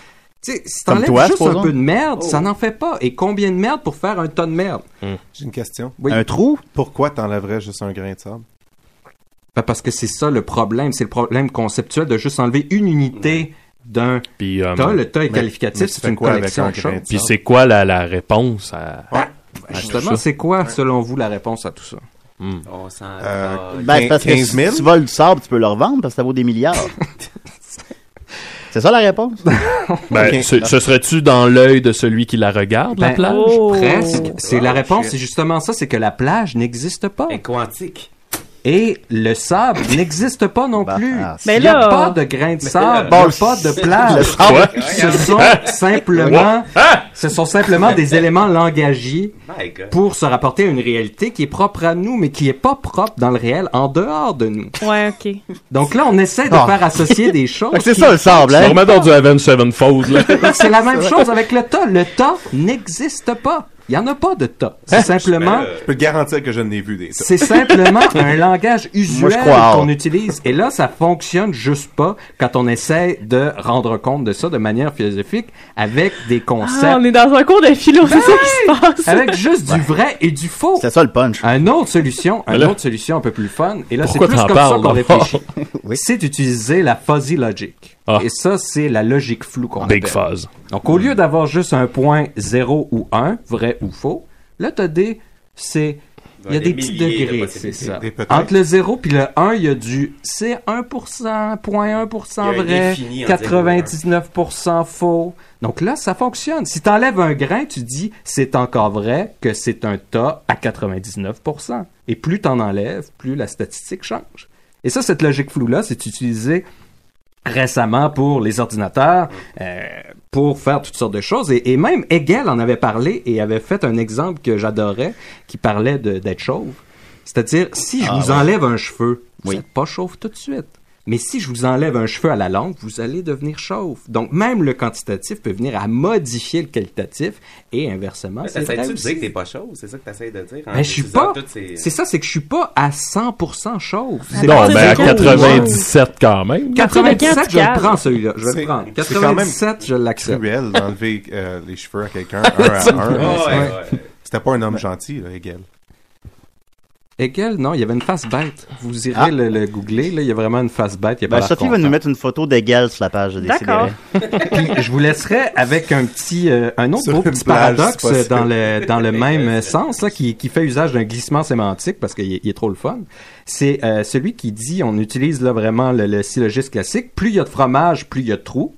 Speaker 8: tu sais, si
Speaker 7: Comme
Speaker 8: t'enlèves
Speaker 7: toi,
Speaker 8: juste un
Speaker 7: supposons.
Speaker 8: peu de merde,
Speaker 7: Oh.
Speaker 8: ça n'en fait pas. Et combien de merde pour faire un tas de merde?
Speaker 7: J'ai une question.
Speaker 8: Oui. Un
Speaker 3: trou?
Speaker 7: Pourquoi t'enlèverais juste un grain de sable?
Speaker 8: Ben, parce que c'est ça le problème, c'est le problème conceptuel de juste enlever une unité d'un tas. Le tas est
Speaker 2: mais-
Speaker 8: qualificatif,
Speaker 2: mais tu
Speaker 8: c'est
Speaker 2: fais
Speaker 8: une
Speaker 2: quoi avec
Speaker 8: collection
Speaker 2: un
Speaker 8: de
Speaker 2: grain de
Speaker 8: choses.
Speaker 2: sable? euh, Puis c'est quoi la, la réponse à...
Speaker 8: Ouais.
Speaker 2: à tout
Speaker 8: Justement,
Speaker 2: ça?
Speaker 8: c'est quoi, selon vous, la réponse à tout ça?
Speaker 6: On s'en
Speaker 7: Euh,
Speaker 4: [LAUGHS]
Speaker 3: Ben, c'est parce que si tu voles du sable, tu peux le revendre parce que ça vaut des milliards. C'est ça la réponse?
Speaker 2: Ben,
Speaker 3: Ok.
Speaker 2: ce, ce serait-tu dans l'œil de celui qui la regarde, la
Speaker 8: Ben,
Speaker 2: plage?
Speaker 4: oh,
Speaker 8: Presque. Oh. C'est la réponse, c'est justement ça, c'est que la plage n'existe pas. Et
Speaker 6: quantique.
Speaker 8: Et
Speaker 4: [LAUGHS]
Speaker 8: le sable n'existe pas non plus.
Speaker 4: Mais
Speaker 8: Il n'y a
Speaker 4: là-
Speaker 8: pas de grain de
Speaker 4: Bah, ah, Mais là-
Speaker 8: sable, il n'y a pas de plage.
Speaker 4: Le sable.
Speaker 8: Ce
Speaker 4: [LAUGHS]
Speaker 8: sont simplement,
Speaker 2: Hein?
Speaker 8: ce sont simplement des éléments langagiers
Speaker 4: hein.
Speaker 6: My
Speaker 11: Ben,
Speaker 6: God.
Speaker 8: pour se rapporter à une réalité qui est propre à nous, mais qui n'est pas propre dans le réel, en dehors de nous.
Speaker 4: Ouais,
Speaker 8: [LAUGHS]
Speaker 4: ok.
Speaker 8: Donc là, on essaie de
Speaker 4: Ah.
Speaker 8: faire associer
Speaker 4: [LAUGHS]
Speaker 8: des choses.
Speaker 4: Fait que c'est
Speaker 8: qui-
Speaker 4: ça, le sable, hein?
Speaker 2: C'est vraiment dans du Heaven Sevenfold, là.
Speaker 4: [LAUGHS]
Speaker 8: C'est la même chose avec le tas. Le tas n'existe pas. Il n'y en a pas de tas. C'est
Speaker 4: Hein? Ben,
Speaker 8: simplement,
Speaker 4: euh,
Speaker 11: euh,
Speaker 7: Je peux te garantir que je n'ai vu des.
Speaker 8: c'est simplement
Speaker 2: [LAUGHS]
Speaker 8: un langage
Speaker 7: Moi,
Speaker 8: usuel
Speaker 7: je crois.
Speaker 8: qu'on utilise. Et là, ça fonctionne juste pas quand on essaie de rendre compte de ça de manière philosophique avec des
Speaker 4: Ah,
Speaker 8: concepts.
Speaker 4: on est dans un cours de philo, c'est ça qui se passe.
Speaker 8: Avec juste du vrai et du faux. C'est
Speaker 3: ça le punch.
Speaker 8: Une autre solution, une
Speaker 2: là-
Speaker 8: autre solution un peu plus fun. Et là, c'est
Speaker 2: Pourquoi
Speaker 8: plus
Speaker 2: t'en
Speaker 8: comme
Speaker 2: parles,
Speaker 8: ça
Speaker 2: là? [LAUGHS]
Speaker 8: qu'on réfléchit. C'est d'utiliser la fuzzy logic. Et ça, c'est la logique floue qu'on
Speaker 2: Ah. Big
Speaker 8: appelle.
Speaker 2: fuzz.
Speaker 8: Donc, au lieu d'avoir juste un point 0 ou 1, vrai ou faux, là, t'as des... c'est... Il y a
Speaker 6: Des
Speaker 8: des, petits
Speaker 6: milliers de
Speaker 8: degrés, c'est
Speaker 6: possibilités.
Speaker 8: ça.
Speaker 6: Des peut-être.
Speaker 8: Entre le 0 puis le 1, il y a du... C'est 1%, 0.1%
Speaker 6: Il y a un
Speaker 8: vrai,
Speaker 6: infini en hein.
Speaker 8: 99% faux. Donc là, ça fonctionne. Si t'enlèves un grain, tu dis c'est encore vrai que c'est un tas à 99%. Et plus t'en enlèves, plus la statistique change. Et ça, cette logique floue-là, c'est utilisé récemment pour les ordinateurs, euh, pour faire toutes sortes de choses. Et, et même Hegel en avait parlé et avait fait un exemple que j'adorais qui parlait de- d'être chauve. C'est-à-dire, si je
Speaker 6: Ah,
Speaker 8: vous
Speaker 6: ouais.
Speaker 8: enlève un cheveu, vous n'êtes pas chauve tout de suite. Mais si je vous enlève un cheveu à la langue, vous allez devenir chauve. Donc, même le quantitatif peut venir à modifier le qualitatif et inversement.
Speaker 6: Ça
Speaker 8: c'est
Speaker 6: essaie
Speaker 8: vrai
Speaker 6: de
Speaker 8: aussi.
Speaker 6: dire que t'es pas chauve, c'est ça que t'essayes de dire. en
Speaker 8: Ben, je suis
Speaker 6: utilisant
Speaker 8: pas.
Speaker 6: toutes ces- euh,
Speaker 8: C'est ça, c'est que je suis pas à 100% chauve. C'est
Speaker 2: Non,
Speaker 8: pas
Speaker 2: ben à
Speaker 8: zéro.
Speaker 2: 97 quand même.
Speaker 8: 97, je le prends celui-là. Je vais
Speaker 7: C'est-
Speaker 8: le prendre.
Speaker 7: c'est quand même
Speaker 8: 97, je l'accepte.
Speaker 7: cruel d'enlever euh, les cheveux à
Speaker 8: [LAUGHS]
Speaker 7: quelqu'un un à un.
Speaker 8: Ouais, ouais, ouais.
Speaker 7: C'était pas un homme gentil, là, Hegel.
Speaker 8: Hegel, non, il y avait une face bête. Vous irez
Speaker 3: Ah.
Speaker 8: le, le googler, là, il y a vraiment une face bête. il a
Speaker 3: Ben,
Speaker 8: pas l'air
Speaker 3: Sophie va
Speaker 8: content.
Speaker 3: nous mettre une photo d'Hegel sur la page de
Speaker 8: D'accord.
Speaker 3: Décidéré.
Speaker 8: Puis, je vous laisserai avec un petit, euh, un autre
Speaker 3: Sur
Speaker 8: beau
Speaker 3: une
Speaker 8: petit
Speaker 3: plage,
Speaker 8: paradoxe euh,
Speaker 3: c'est possible.
Speaker 8: dans le,
Speaker 7: [LAUGHS]
Speaker 8: dans le même euh, sens, là, qui, qui fait usage d'un glissement sémantique parce qu'il est, il est trop le fun. C'est euh, celui qui dit, on utilise là vraiment le, le syllogisme classique, plus il y a de fromage, plus il y a de trous.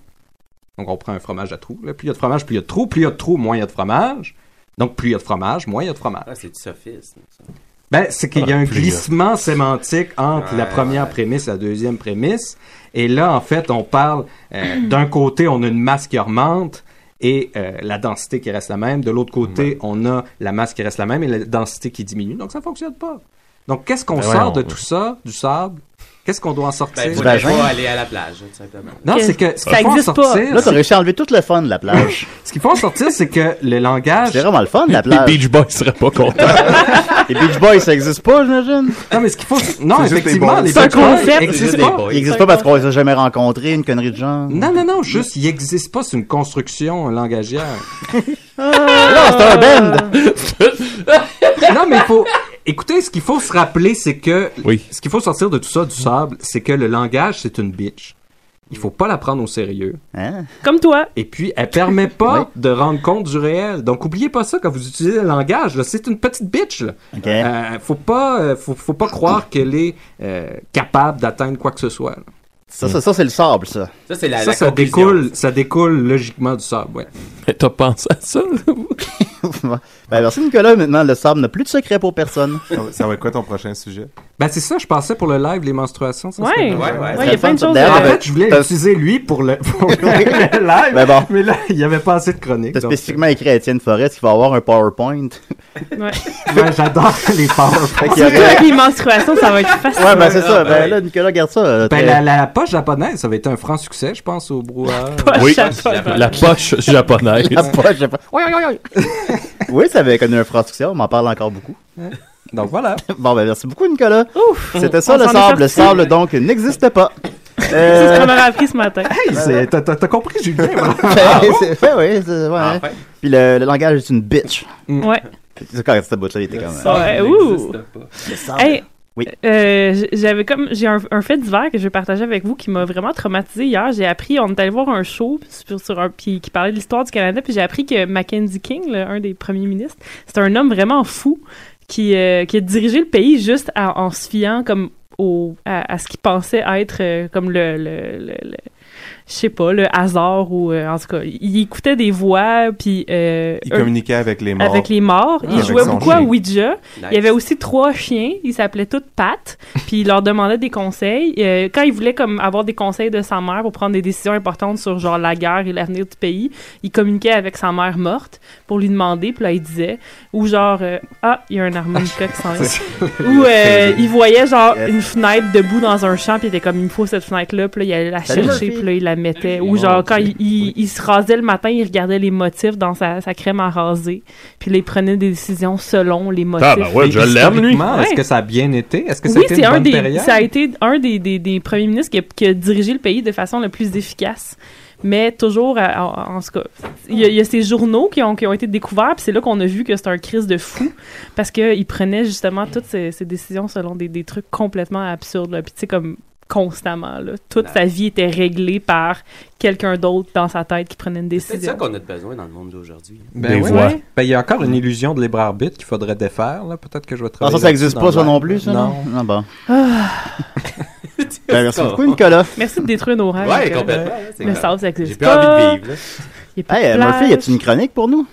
Speaker 8: Donc on prend un fromage à trous. là. Plus il y a de fromage, plus il y a de trous. Plus il y a de trous, moins il y a de fromage. Donc plus il y a de fromage, moins il y a de fromage.
Speaker 6: Ah, c'est du sophisme. ça.
Speaker 8: Ben, c'est qu'il y a
Speaker 6: Ah,
Speaker 8: un
Speaker 6: plus, là.
Speaker 8: glissement sémantique entre la première prémisse et la deuxième prémisse. Et là, en fait, on parle
Speaker 3: [CLEARS THROAT]
Speaker 8: euh, d'un côté, on a une masse qui augmente et euh, la densité qui reste la même. De l'autre côté, on a la masse qui reste la même et la densité qui diminue. Donc, ça fonctionne pas. Donc, qu'est-ce qu'on
Speaker 6: Ben
Speaker 8: sort
Speaker 6: voyons,
Speaker 8: de
Speaker 6: ouais.
Speaker 8: tout ça, du sable? Qu'est-ce qu'on doit en sortir?
Speaker 6: Ben, faudrait pas aller à la plage,
Speaker 11: hein,
Speaker 6: tout simplement.
Speaker 8: Non, c'est que ce qu'il faut en sortir,
Speaker 3: Là, t'as
Speaker 8: c'est-
Speaker 3: réussi à enlever tout le fun de la plage.
Speaker 8: ce qu'il faut en sortir, c'est que le langage...
Speaker 3: C'est vraiment le fun, la plage.
Speaker 2: Boys seraient pas contents.
Speaker 3: Les Beach Boys, ça existe pas, j'imagine?
Speaker 8: Non, mais ce qu'il faut. Non,
Speaker 3: C'est juste
Speaker 8: effectivement,
Speaker 3: des
Speaker 8: les
Speaker 3: boys.
Speaker 8: Beach Boys existent pas.
Speaker 3: Ils existent pas parce qu'on les a jamais rencontrés, une connerie de genre.
Speaker 8: Non, non, non, juste, il n'existe pas, c'est une construction langagière.
Speaker 3: Non, c'est un band!
Speaker 8: non, mais il faut. Écoutez, ce qu'il faut se rappeler, c'est que. Ce qu'il faut sortir de tout ça, du sable, c'est que le langage, c'est une bitch. Il faut pas la prendre au sérieux.
Speaker 3: Hein?
Speaker 4: Comme toi.
Speaker 8: Et puis, elle permet pas de rendre compte du réel. Donc, oubliez pas ça quand vous utilisez le langage. là. C'est une petite bitch. Là. Euh, faut pas, euh, faut, faut pas croire qu'elle est euh, capable d'atteindre quoi que ce soit. là.
Speaker 3: Ça, ça, ça, c'est le sable, ça. [LAUGHS]
Speaker 6: Ça, c'est la,
Speaker 8: ça,
Speaker 6: la
Speaker 8: ça
Speaker 6: conclusion.
Speaker 8: découle, ça découle logiquement du sable. Ouais.
Speaker 2: T'as pensé à ça?
Speaker 3: ben, merci, Nicolas. Maintenant, le sable n'a plus de secret pour personne.
Speaker 4: [LAUGHS]
Speaker 7: Ça va être quoi ton prochain sujet?
Speaker 8: Ben c'est ça, je pensais pour le live, les menstruations. Ça
Speaker 3: Ouais.
Speaker 8: serait-
Speaker 3: Ouais, ouais, Ouais, il y a plein de choses.
Speaker 8: En
Speaker 3: D'ailleurs,
Speaker 8: fait, je voulais
Speaker 3: Ah, ben, t'as-
Speaker 8: utiliser lui pour le,
Speaker 3: [LAUGHS]
Speaker 8: pour le live,
Speaker 3: Ben bon.
Speaker 8: mais là, il n'y avait pas assez de chronique.
Speaker 3: T'as spécifiquement
Speaker 4: euh,
Speaker 3: écrit à Étienne Forest qu'il va avoir un PowerPoint.
Speaker 4: [LAUGHS] Ouais.
Speaker 8: Ouais, ben, j'adore [LAUGHS] les
Speaker 3: Fait
Speaker 8: PowerPoint.
Speaker 3: qu'il y a-
Speaker 4: Surtout avec les menstruations, ça va être facile.
Speaker 3: Ouais, ben c'est ça.
Speaker 8: Ah, ben
Speaker 3: Ben
Speaker 8: oui.
Speaker 3: là, Nicolas, garde ça. euh,
Speaker 8: Ben,
Speaker 3: t'es- [LAUGHS]
Speaker 8: la, la poche japonaise, ça avait été un franc succès, je pense, au brouhaha.
Speaker 4: Ah,
Speaker 2: Oui, la poche japonaise.
Speaker 3: La poche
Speaker 4: [LAUGHS]
Speaker 3: japonaise. [LAUGHS] Oui, ça avait connu un franc succès, on m'en parle encore beaucoup. [LAUGHS]
Speaker 8: Donc voilà.
Speaker 3: Bon, ben merci beaucoup, Nicolas. C'était ça
Speaker 4: Mm. On
Speaker 3: le
Speaker 4: s'en est
Speaker 3: sable. Le
Speaker 4: sorti.
Speaker 3: sable, donc, n'existe pas.
Speaker 4: [LAUGHS] C'est ce
Speaker 3: Euh,
Speaker 4: qu'on aurait appris ce [LAUGHS] matin.
Speaker 8: C'est- T'as t'as- t'as compris, Julien? voilà.
Speaker 3: [LAUGHS] ben, c'est- ben oui, c'est- ouais. Puis le, le langage est une bitch.
Speaker 4: Ouais.
Speaker 3: C'est correct, cette bitch-là, il était euh, quand même.
Speaker 4: Ouais, ouh. Hey,
Speaker 3: Oui.
Speaker 4: euh, j- j'avais comme j'ai un, un fait divers que je vais partager avec vous qui m'a vraiment traumatisé hier. J'ai appris, on est allé voir un show sur, sur un puis qui parlait de l'histoire du Canada, puis j'ai appris que Mackenzie King, le- un des premiers ministres, c'est un homme vraiment fou qui euh, qui a dirigé le pays juste à- en se fiant comme au à, à ce qu'il pensait être euh, comme le, le, le- le- je sais pas, le hasard ou euh, en tout cas, il écoutait des voix puis euh,
Speaker 7: Il
Speaker 4: eux-
Speaker 7: communiquait avec les morts.
Speaker 4: Avec les morts,
Speaker 7: Avec
Speaker 4: il jouait
Speaker 7: son
Speaker 4: beaucoup à
Speaker 7: chien.
Speaker 4: Ouija. Il y
Speaker 7: Nice.
Speaker 4: avait aussi trois chiens, ils s'appelaient tous Pat, puis il leur demandait des conseils. Euh, quand il voulait comme avoir des conseils de sa mère pour prendre des décisions importantes sur genre la guerre et l'avenir du pays, il communiquait avec sa mère morte pour lui demander, puis là il disait ou genre euh, ah, il y a un harmonica qui
Speaker 7: [LAUGHS]
Speaker 4: s'en
Speaker 11: C'est-
Speaker 4: vient. Ou euh, il voyait genre une fenêtre debout dans un champ, puis il était comme il me faut cette fenêtre là, puis là il allait la
Speaker 11: Salut,
Speaker 4: chercher,
Speaker 11: Murphy.
Speaker 4: puis là il la mettait.
Speaker 11: Mon
Speaker 4: Ou genre quand
Speaker 11: Dieu.
Speaker 4: il, il- il se rasait le matin, il regardait les motifs dans sa, sa crème à raser. Puis là, il prenait des décisions selon les
Speaker 2: Ah,
Speaker 3: Ah,
Speaker 4: motifs.
Speaker 2: ben
Speaker 3: ben
Speaker 8: Mais historiquement, Est-ce
Speaker 4: Ouais.
Speaker 8: que ça a bien été? Est-ce que ça a
Speaker 4: oui,
Speaker 8: été
Speaker 4: c'est
Speaker 8: une
Speaker 4: un
Speaker 8: bonne
Speaker 4: des,
Speaker 8: période?
Speaker 4: ça a été un des, des, des premiers ministres qui a, qui a dirigé le pays de façon la plus efficace. Mais toujours, à- en, en ce cas, il y, a- il y a ces journaux qui ont, qui ont été découverts, puis c'est là qu'on a vu que c'est un crise de fou, parce qu'il prenait justement toutes ses, ses décisions selon des, des trucs complètement absurdes, là. puis tu sais, comme constamment. Là. Toute sa vie était réglée par quelqu'un d'autre dans sa tête qui prenait une
Speaker 11: C'est peut-être
Speaker 4: décision.
Speaker 11: ça qu'on a de besoin dans le monde d'aujourd'hui. hein.
Speaker 8: Ben oui. Ben, il y a encore une illusion de libre arbitre qu'il faudrait défaire. là. Peut-être que je vais travailler.
Speaker 3: Ah, ça, ça
Speaker 8: là-dessus
Speaker 3: existe
Speaker 8: dans
Speaker 3: pas, ça
Speaker 8: l'air.
Speaker 3: non plus, ça?
Speaker 8: Non.
Speaker 3: non? Ah, [LAUGHS] bon.
Speaker 4: Ah.
Speaker 3: Ben, merci beaucoup, Nicolas.
Speaker 4: Merci de détruire nos rêves.
Speaker 3: Ouais,
Speaker 4: Nicolas.
Speaker 3: complètement, hein, c'est
Speaker 4: Le
Speaker 3: grave.
Speaker 4: sable, ça existe
Speaker 3: J'ai plus envie de
Speaker 4: pas. [LAUGHS]
Speaker 3: vivre, là.
Speaker 4: Il y a plus
Speaker 3: Hey,
Speaker 4: de
Speaker 3: euh, Murphy,
Speaker 4: plage.
Speaker 3: y a-tu une chronique pour nous?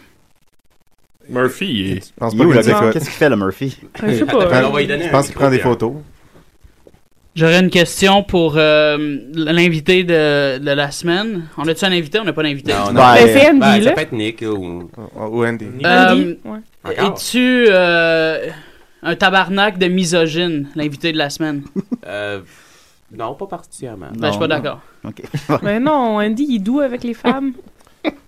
Speaker 2: Murphy, il...
Speaker 7: pense
Speaker 3: Il est où, le gars?
Speaker 7: écoute.
Speaker 3: Qu'est-ce qu'il fait, le Murphy?
Speaker 7: Je sais pas. On va lui donner Je pense un qu'il micro, prend des Pierre. photos.
Speaker 12: J'aurais une question pour euh, l'invité de, de la semaine. On a-tu un invité? On n'a pas d'invité.
Speaker 11: Non,
Speaker 12: non.
Speaker 11: Ben,
Speaker 12: c'est Andy,
Speaker 11: ben,
Speaker 12: là.
Speaker 11: Ça peut être Nick ou...
Speaker 7: Ou Andy.
Speaker 12: Euh,
Speaker 11: ouais. Encore?
Speaker 12: Es-tu euh, un tabarnak de misogyne, l'invité de la semaine?
Speaker 11: Euh, non, pas particulièrement.
Speaker 12: Ben, je suis pas d'accord.
Speaker 4: Mais Ben non, Andy, il est doux avec les femmes.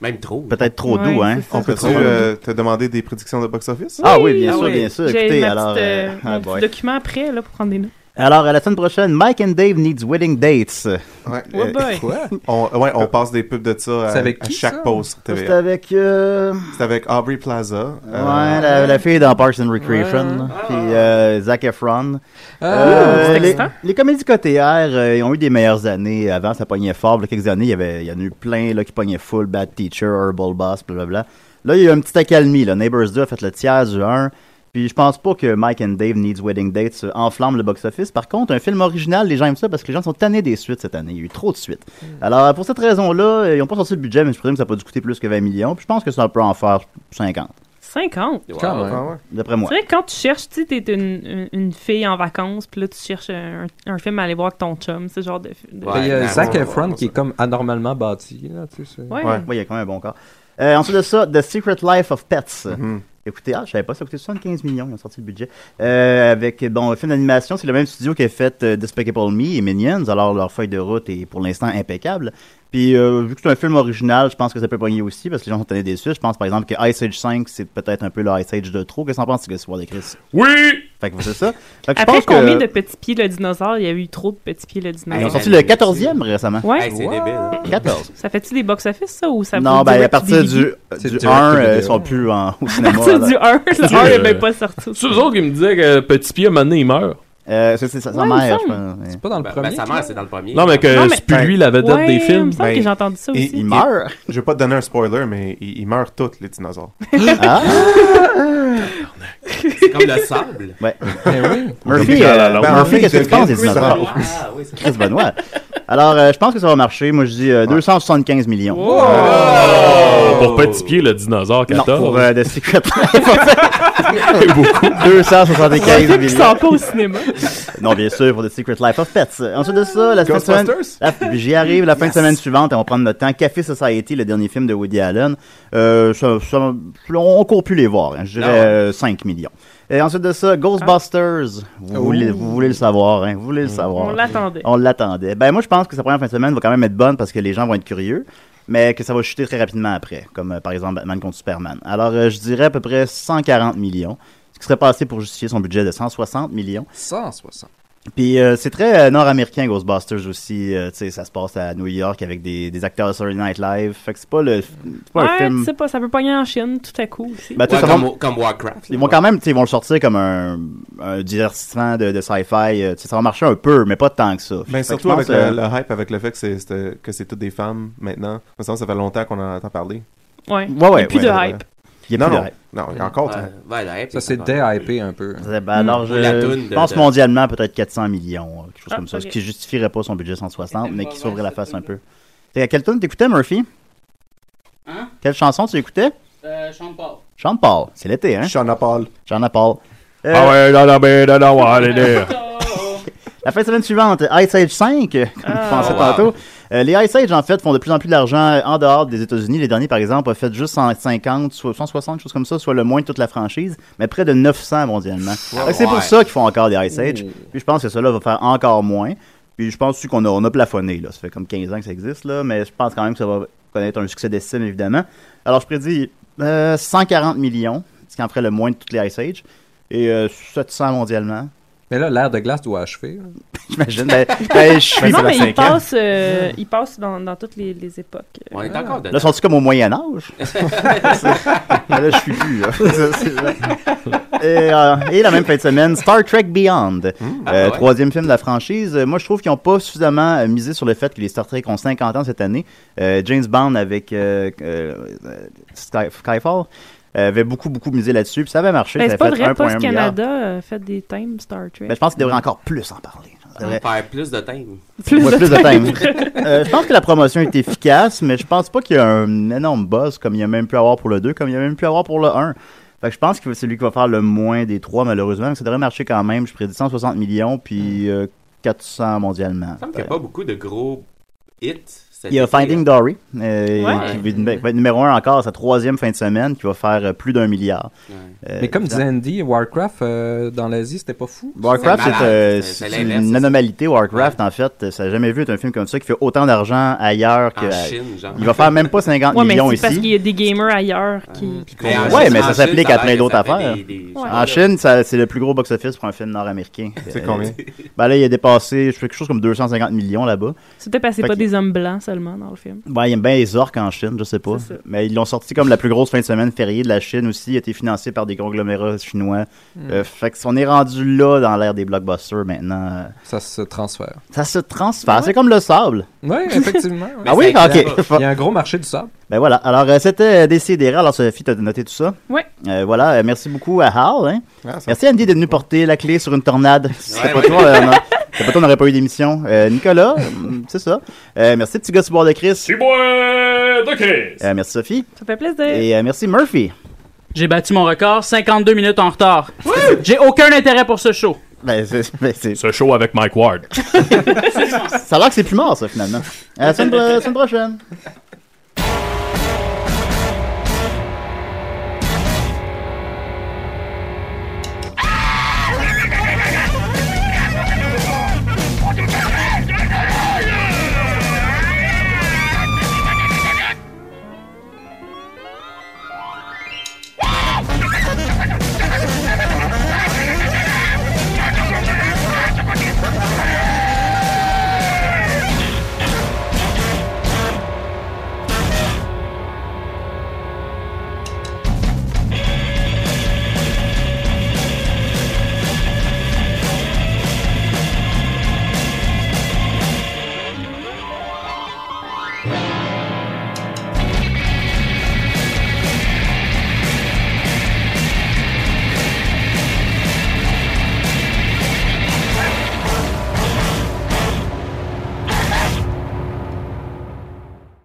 Speaker 11: Même trop.
Speaker 3: Peut-être trop
Speaker 4: Ouais,
Speaker 3: doux, hein?
Speaker 7: On peut-tu euh, te demander des prédictions de box-office?
Speaker 3: Ah oui, bien sûr, bien sûr.
Speaker 4: J'ai
Speaker 3: Écoutez,
Speaker 4: ma
Speaker 3: alors.
Speaker 4: petite, euh,
Speaker 3: euh,
Speaker 4: mon
Speaker 3: ah,
Speaker 4: petit
Speaker 3: boy.
Speaker 4: document après là, pour prendre des notes.
Speaker 3: Alors, à la semaine prochaine, Mike and Dave needs wedding dates.
Speaker 7: Ouais. Euh,
Speaker 4: Ouais, boy.
Speaker 7: quoi? On, ouais, on passe des pubs de ça à,
Speaker 3: C'est avec
Speaker 7: à
Speaker 3: qui,
Speaker 7: chaque
Speaker 3: ça?
Speaker 7: pause sur TVA.
Speaker 3: C'était avec. euh,
Speaker 7: C'est avec Aubrey Plaza. euh,
Speaker 3: Ouais, la, la fille dans Parks and Recreation,
Speaker 7: Ouais.
Speaker 3: là. puis euh, Zac Efron.
Speaker 7: Ah.
Speaker 3: Euh,
Speaker 7: Ouh, c'est
Speaker 3: les,
Speaker 7: excitant.
Speaker 3: les comédies côtières, euh, ils ont eu des meilleures années. Avant, ça pognait fort. Il y a quelques années, il y, avait, il y en a eu plein là, qui pognaient full, Bad Teacher, Herbal Boss, blablabla. Là, il y a eu une petite accalmie. Là. Neighbors 2 a fait le tiers du 1. Puis je pense pas que Mike and Dave Needs Wedding Dates euh, enflamme le box-office. Par contre, un film original, les gens aiment ça parce que les gens sont tannés des suites cette année. Il y a eu trop de suites.
Speaker 7: Mm.
Speaker 3: Alors, pour cette raison-là, euh, ils ont pas sorti le budget, mais je présume que ça a pas dû coûter plus que 20 millions. Puis je pense que ça peut en faire 50.
Speaker 4: 50.
Speaker 3: D'après moi.
Speaker 4: Tu sais, quand tu cherches, tu sais, t'es une, une, une fille en vacances, puis là, tu cherches un, un film à aller voir avec ton chum, ce genre de. de-
Speaker 8: Puis, il y a Zac Efron qui est comme anormalement bâti. Là, tu sais, c'est-
Speaker 4: Ouais.
Speaker 3: Ouais, il y a quand même un bon corps. Euh, ensuite de ça, The Secret Life of Pets.
Speaker 2: Mm-hmm.
Speaker 3: Écoutez, ah, je savais pas, ça a coûté 75 millions, ils ont sorti le budget. Euh, avec, bon, le film d'animation, c'est le même studio qui a fait euh, Despicable Me et Minions, alors leur feuille de route est pour l'instant impeccable. Puis, euh, vu que c'est un film original, je pense que ça peut pogner aussi, parce que les gens sont allés déçus. Je pense, par exemple, que Ice Age 5, c'est peut-être un peu le Ice Age de trop. Qu'est-ce que t'en penses, que ce de Chris?
Speaker 2: Oui!
Speaker 3: Fait que c'est ça. Fait que je
Speaker 4: Après
Speaker 3: pense que-
Speaker 4: combien de petits pieds le dinosaure Il y a eu trop de petits pieds le dinosaure.
Speaker 3: Ils ont sorti le 14e récemment.
Speaker 4: Ouais.
Speaker 3: Hey, c'est débile. 14.
Speaker 4: Ça fait-tu des box-office, ça, ou ça
Speaker 3: non,
Speaker 4: vous
Speaker 3: ben, à
Speaker 4: direct
Speaker 3: partir
Speaker 4: DVD? [LAUGHS]
Speaker 3: du,
Speaker 2: C'est
Speaker 3: du
Speaker 2: direct
Speaker 3: 1,
Speaker 2: vidéo.
Speaker 3: euh, ils sont plus en, au cinéma.
Speaker 4: partir
Speaker 3: là.
Speaker 4: du
Speaker 3: [LAUGHS]
Speaker 4: 1, le
Speaker 2: C'est,
Speaker 4: 1 n'est
Speaker 2: euh,
Speaker 4: même pas sorti.
Speaker 2: C'est eux autres qui me disaient que Petit Pied, à un moment donné, il meurt.
Speaker 3: Euh, c'est sa,
Speaker 4: Ouais, mère, il me semble. je pense.
Speaker 8: C'est pas dans le
Speaker 11: Ben,
Speaker 8: premier.
Speaker 11: ben, sa mère, c'est dans le premier.
Speaker 2: Non, mais que
Speaker 4: Non, mais-
Speaker 2: c'est plus lui la vedette
Speaker 4: Ouais,
Speaker 2: des films.
Speaker 4: il me
Speaker 3: Ben,
Speaker 4: semble que j'ai entendu ça aussi.
Speaker 7: il
Speaker 3: meurt.
Speaker 7: Je vais pas te donner un spoiler, mais ils, ils meurent tous,
Speaker 3: [LAUGHS]
Speaker 7: les dinosaures.
Speaker 3: Ah! [LAUGHS]
Speaker 11: C'est comme le sable.
Speaker 3: Ouais.
Speaker 7: Ben oui.
Speaker 3: Murphy,
Speaker 7: Ben,
Speaker 3: euh,
Speaker 7: ben,
Speaker 3: Murphy,
Speaker 7: Murphy,
Speaker 3: qu'est-ce que tu
Speaker 7: devient
Speaker 3: penses des
Speaker 7: Chris
Speaker 3: dinosaures?
Speaker 7: Benoit. Ah, oui, c'est
Speaker 3: Chris Benoit. Alors, euh, je pense que ça va marcher. Moi, je dis euh, 275 millions. Euh,
Speaker 4: Oh!
Speaker 2: Pour Petit Pied, le dinosaure
Speaker 3: Non,
Speaker 2: 14.
Speaker 3: pour euh, The Secret Life. beaucoup. [LAUGHS] 275
Speaker 4: qui
Speaker 3: millions.
Speaker 4: sort pas au cinéma.
Speaker 3: Euh. Non, bien sûr, pour The Secret Life of Pets. Ensuite de ça, la semaine
Speaker 7: Ghostbusters?
Speaker 3: semaine... La- J'y arrive la fin de semaine suivante, on va prendre notre temps. Café Society, le dernier film de Woody Allen. Euh, ça- ça- on ne court plus les voir, hein. je dirais
Speaker 7: Non.
Speaker 3: euh, 5 millions. Et ensuite de ça, Ghostbusters. Vous,
Speaker 7: Oh.
Speaker 3: voulez, vous voulez le savoir, hein? Vous voulez le savoir.
Speaker 4: On l'attendait.
Speaker 3: On l'attendait. Ben moi, je pense que sa première fin de semaine va quand même être bonne parce que les gens vont être curieux, mais que ça va chuter très rapidement après, comme euh, par exemple Batman contre Superman. Alors, euh, je dirais à peu près 140 millions, ce qui serait passé pour justifier son budget de 160 millions.
Speaker 8: 160.
Speaker 3: Puis euh, c'est très euh, nord-américain Ghostbusters aussi, euh, tu sais, ça se passe à New York avec des, des acteurs de Saturday Night Live. Fait que c'est pas le c'est pas un
Speaker 4: Ouais,
Speaker 3: film.
Speaker 4: tu sais pas, ça peut pogner en Chine tout à coup aussi.
Speaker 3: Ben, tu sais, ça va-
Speaker 11: Warcraft.
Speaker 3: Ils vont quand même, tu sais, ils vont le sortir comme un, un divertissement de, de sci-fi. euh, tu sais, ça va marcher un peu, mais pas tant que ça. Fait
Speaker 7: Ben,
Speaker 3: que
Speaker 7: surtout
Speaker 3: je
Speaker 7: avec
Speaker 3: pense,
Speaker 7: le,
Speaker 3: euh,
Speaker 7: le hype, avec le fait que c'est- c'est que c'est toutes des femmes maintenant. Il me semble que ça fait longtemps qu'on en entend parler.
Speaker 4: Ouais.
Speaker 3: Ouais, ouais, Il y a plus ouais. de
Speaker 7: Euh,
Speaker 3: hype. Il y a
Speaker 7: non,
Speaker 3: plus de
Speaker 7: non.
Speaker 3: hype.
Speaker 7: Non, il y a encore.
Speaker 11: Ouais, ouais, la hype,
Speaker 8: Ça, c'est
Speaker 11: encore-
Speaker 8: déhypé un peu. hein.
Speaker 3: Ben, alors, je,
Speaker 11: La toune
Speaker 3: je
Speaker 11: de-
Speaker 3: pense
Speaker 11: de-
Speaker 3: mondialement peut-être 400 millions, euh, quelque chose
Speaker 11: Ah,
Speaker 3: comme ça, ce
Speaker 11: ok.
Speaker 3: qui justifierait pas son budget 160, mais qui sauverait la face un peu. C'est Fait à quel tune t'écoutais, Murphy?
Speaker 12: Hein?
Speaker 3: Quelle chanson tu écoutais?
Speaker 12: Euh, Sean Paul.
Speaker 3: Sean Paul. C'est l'été, hein? Sean Paul. Sean Paul. Euh,
Speaker 2: Ah ouais, là, là, ben, là, là, ouais, allez, là.
Speaker 3: La fin de semaine suivante, Ice Age 5, [LAUGHS] comme je pensais
Speaker 2: wow.
Speaker 3: tantôt. Euh, les Ice Age, en fait, font de plus en plus d'argent euh, en dehors des États-Unis. Les derniers, par exemple, ont fait juste 150, soit 160, choses comme ça, soit le moins de toute la franchise, mais près de 900 mondialement.
Speaker 13: Wow.
Speaker 3: Fait que c'est
Speaker 13: Ouais.
Speaker 3: pour ça qu'ils font encore des Ice Age.
Speaker 13: Ouh.
Speaker 3: Puis je pense que cela va faire encore moins. Puis je pense aussi qu'on a, on a plafonné. Là. Ça fait comme 15 ans que ça existe, là, mais je pense quand même que ça va connaître un succès d'estime, évidemment. Alors, je prédis euh, 140 millions, ce qui en ferait le moins de toutes les Ice Age, et euh, 700 mondialement.
Speaker 8: Mais là, l'ère de glace doit achever. hein.
Speaker 3: J'imagine. Ben, ben, je suis
Speaker 4: non, mais
Speaker 3: Sébastien
Speaker 4: il
Speaker 3: Kahn.
Speaker 4: passe, euh, il passe dans, dans toutes les, les époques.
Speaker 11: On est
Speaker 4: Ah.
Speaker 11: encore dedans.
Speaker 3: Là, sont-ils comme au [LAUGHS] Moyen-Âge? là, je suis plus, là. [LAUGHS] Ça, c'est vrai. et, euh, et la même fin de semaine, Star Trek Beyond, Euh,
Speaker 13: ouais.
Speaker 3: troisième film de la franchise. Euh, Moi, je trouve qu'ils n'ont pas suffisamment euh, misé sur le fait que les Star Trek ont 50 ans cette année. Euh, James Bond avec euh, euh, Sky- Skyfall euh, avait beaucoup, beaucoup misé là-dessus, puis ça avait marché.
Speaker 4: Ben,
Speaker 3: ça
Speaker 4: c'est
Speaker 3: avait
Speaker 4: pas
Speaker 3: fait
Speaker 4: vrai,
Speaker 3: 1,1
Speaker 4: Post
Speaker 3: milliard.
Speaker 4: Canada euh, fait des thèmes Star Trek.
Speaker 3: Ben, je pense qu'ils devraient encore plus en parler.
Speaker 11: On va faire plus de thèmes.
Speaker 3: Plus, [LAUGHS] plus de time. Euh, je pense que la promotion est efficace, mais je pense pas qu'il y a un énorme buzz comme il y a même pu avoir pour le 2, comme il y a même pu avoir pour le 1. Fait que je pense que c'est lui qui va faire le moins des trois, malheureusement. mais Ça devrait marcher quand même. Je prédis 160 millions, puis euh, 400 mondialement.
Speaker 11: Il me semble qu'il n'y a pas beaucoup de gros hits. cet
Speaker 3: Il y a
Speaker 11: été,
Speaker 3: Finding Dory, euh,
Speaker 11: Ouais.
Speaker 3: qui va être numéro 1 encore, sa troisième fin de semaine, qui va faire euh, plus d'un milliard. Euh,
Speaker 8: Mais comme
Speaker 3: évidemment.
Speaker 8: disait Andy, Warcraft euh, dans l'Asie, c'était pas fou.
Speaker 3: Warcraft, c'est euh, c'est
Speaker 8: C'est l'inverse,
Speaker 3: une anomalité. Warcraft, en fait, euh, ça n'a jamais vu un film comme ça qui fait autant d'argent ailleurs que.
Speaker 11: En
Speaker 3: à-
Speaker 11: Chine, genre.
Speaker 3: Il va faire même pas
Speaker 4: [LAUGHS]
Speaker 3: 50
Speaker 4: Ouais, mais
Speaker 3: millions
Speaker 4: c'est
Speaker 3: ici.
Speaker 4: parce qu'il y a des gamers ailleurs
Speaker 12: Euh,
Speaker 4: qui.
Speaker 3: Oui,
Speaker 11: en
Speaker 3: ouais,
Speaker 11: Chine-
Speaker 3: mais
Speaker 11: en
Speaker 3: ça
Speaker 11: Chine,
Speaker 3: s'applique
Speaker 11: ça
Speaker 3: à
Speaker 11: a
Speaker 3: plein
Speaker 11: l'air que
Speaker 3: d'autres
Speaker 11: ça fait
Speaker 3: affaires.
Speaker 11: des- des-
Speaker 3: En Chine, ça- c'est le plus gros box-office pour un film nord-américain.
Speaker 7: C'est
Speaker 3: Euh,
Speaker 7: combien?
Speaker 3: Ben là, il a dépassé je sais, quelque chose comme 250 millions là-bas.
Speaker 4: C'est peut-être parce que c'est
Speaker 3: Fait
Speaker 4: pas
Speaker 3: qu'il-
Speaker 4: des hommes blancs seulement dans le film.
Speaker 3: Ben, il aime bien les orques en Chine, je sais pas.
Speaker 4: C'est ça.
Speaker 3: Mais ils l'ont sorti comme la plus grosse fin de semaine fériée de la Chine aussi. Il a été financé par des conglomérats chinois.
Speaker 8: Hmm.
Speaker 3: Euh, fait que on est rendu là dans l'ère des blockbusters maintenant. Ça se transfère. [LAUGHS] Ça se transfère. C'est comme le sable.
Speaker 8: Oui, effectivement.
Speaker 3: Ah oui? Ok.
Speaker 8: Il y a un gros marché du sable.
Speaker 3: Ben voilà. Alors, euh, c'était Décidéré. Alors, Sophie, t'as noté tout ça?
Speaker 4: Ouais.
Speaker 3: Euh, voilà. Euh, merci beaucoup à Hal. hein.
Speaker 7: Ah, ça-
Speaker 3: merci, Andy, d'être venu porter la clé sur une tornade. Si c'était
Speaker 7: Ouais,
Speaker 3: pas
Speaker 7: ouais.
Speaker 3: toi, euh, non. Si c'était pas toi, on n'aurait pas eu d'émission. Euh, Nicolas, mm, c'est ça. Euh, merci, petit gars, sur boire de Chris.
Speaker 2: de Chris.
Speaker 3: Euh, merci, Sophie.
Speaker 4: Ça fait plaisir.
Speaker 3: Et euh, merci, Murphy.
Speaker 12: J'ai battu mon record, 52 minutes en retard. J'ai aucun intérêt pour ce show.
Speaker 3: Ben,
Speaker 2: Ce show avec Mike Ward.
Speaker 3: Euh, ça a l'air que c'est plus mort, ça, finalement. À la semaine, pro- semaine prochaine.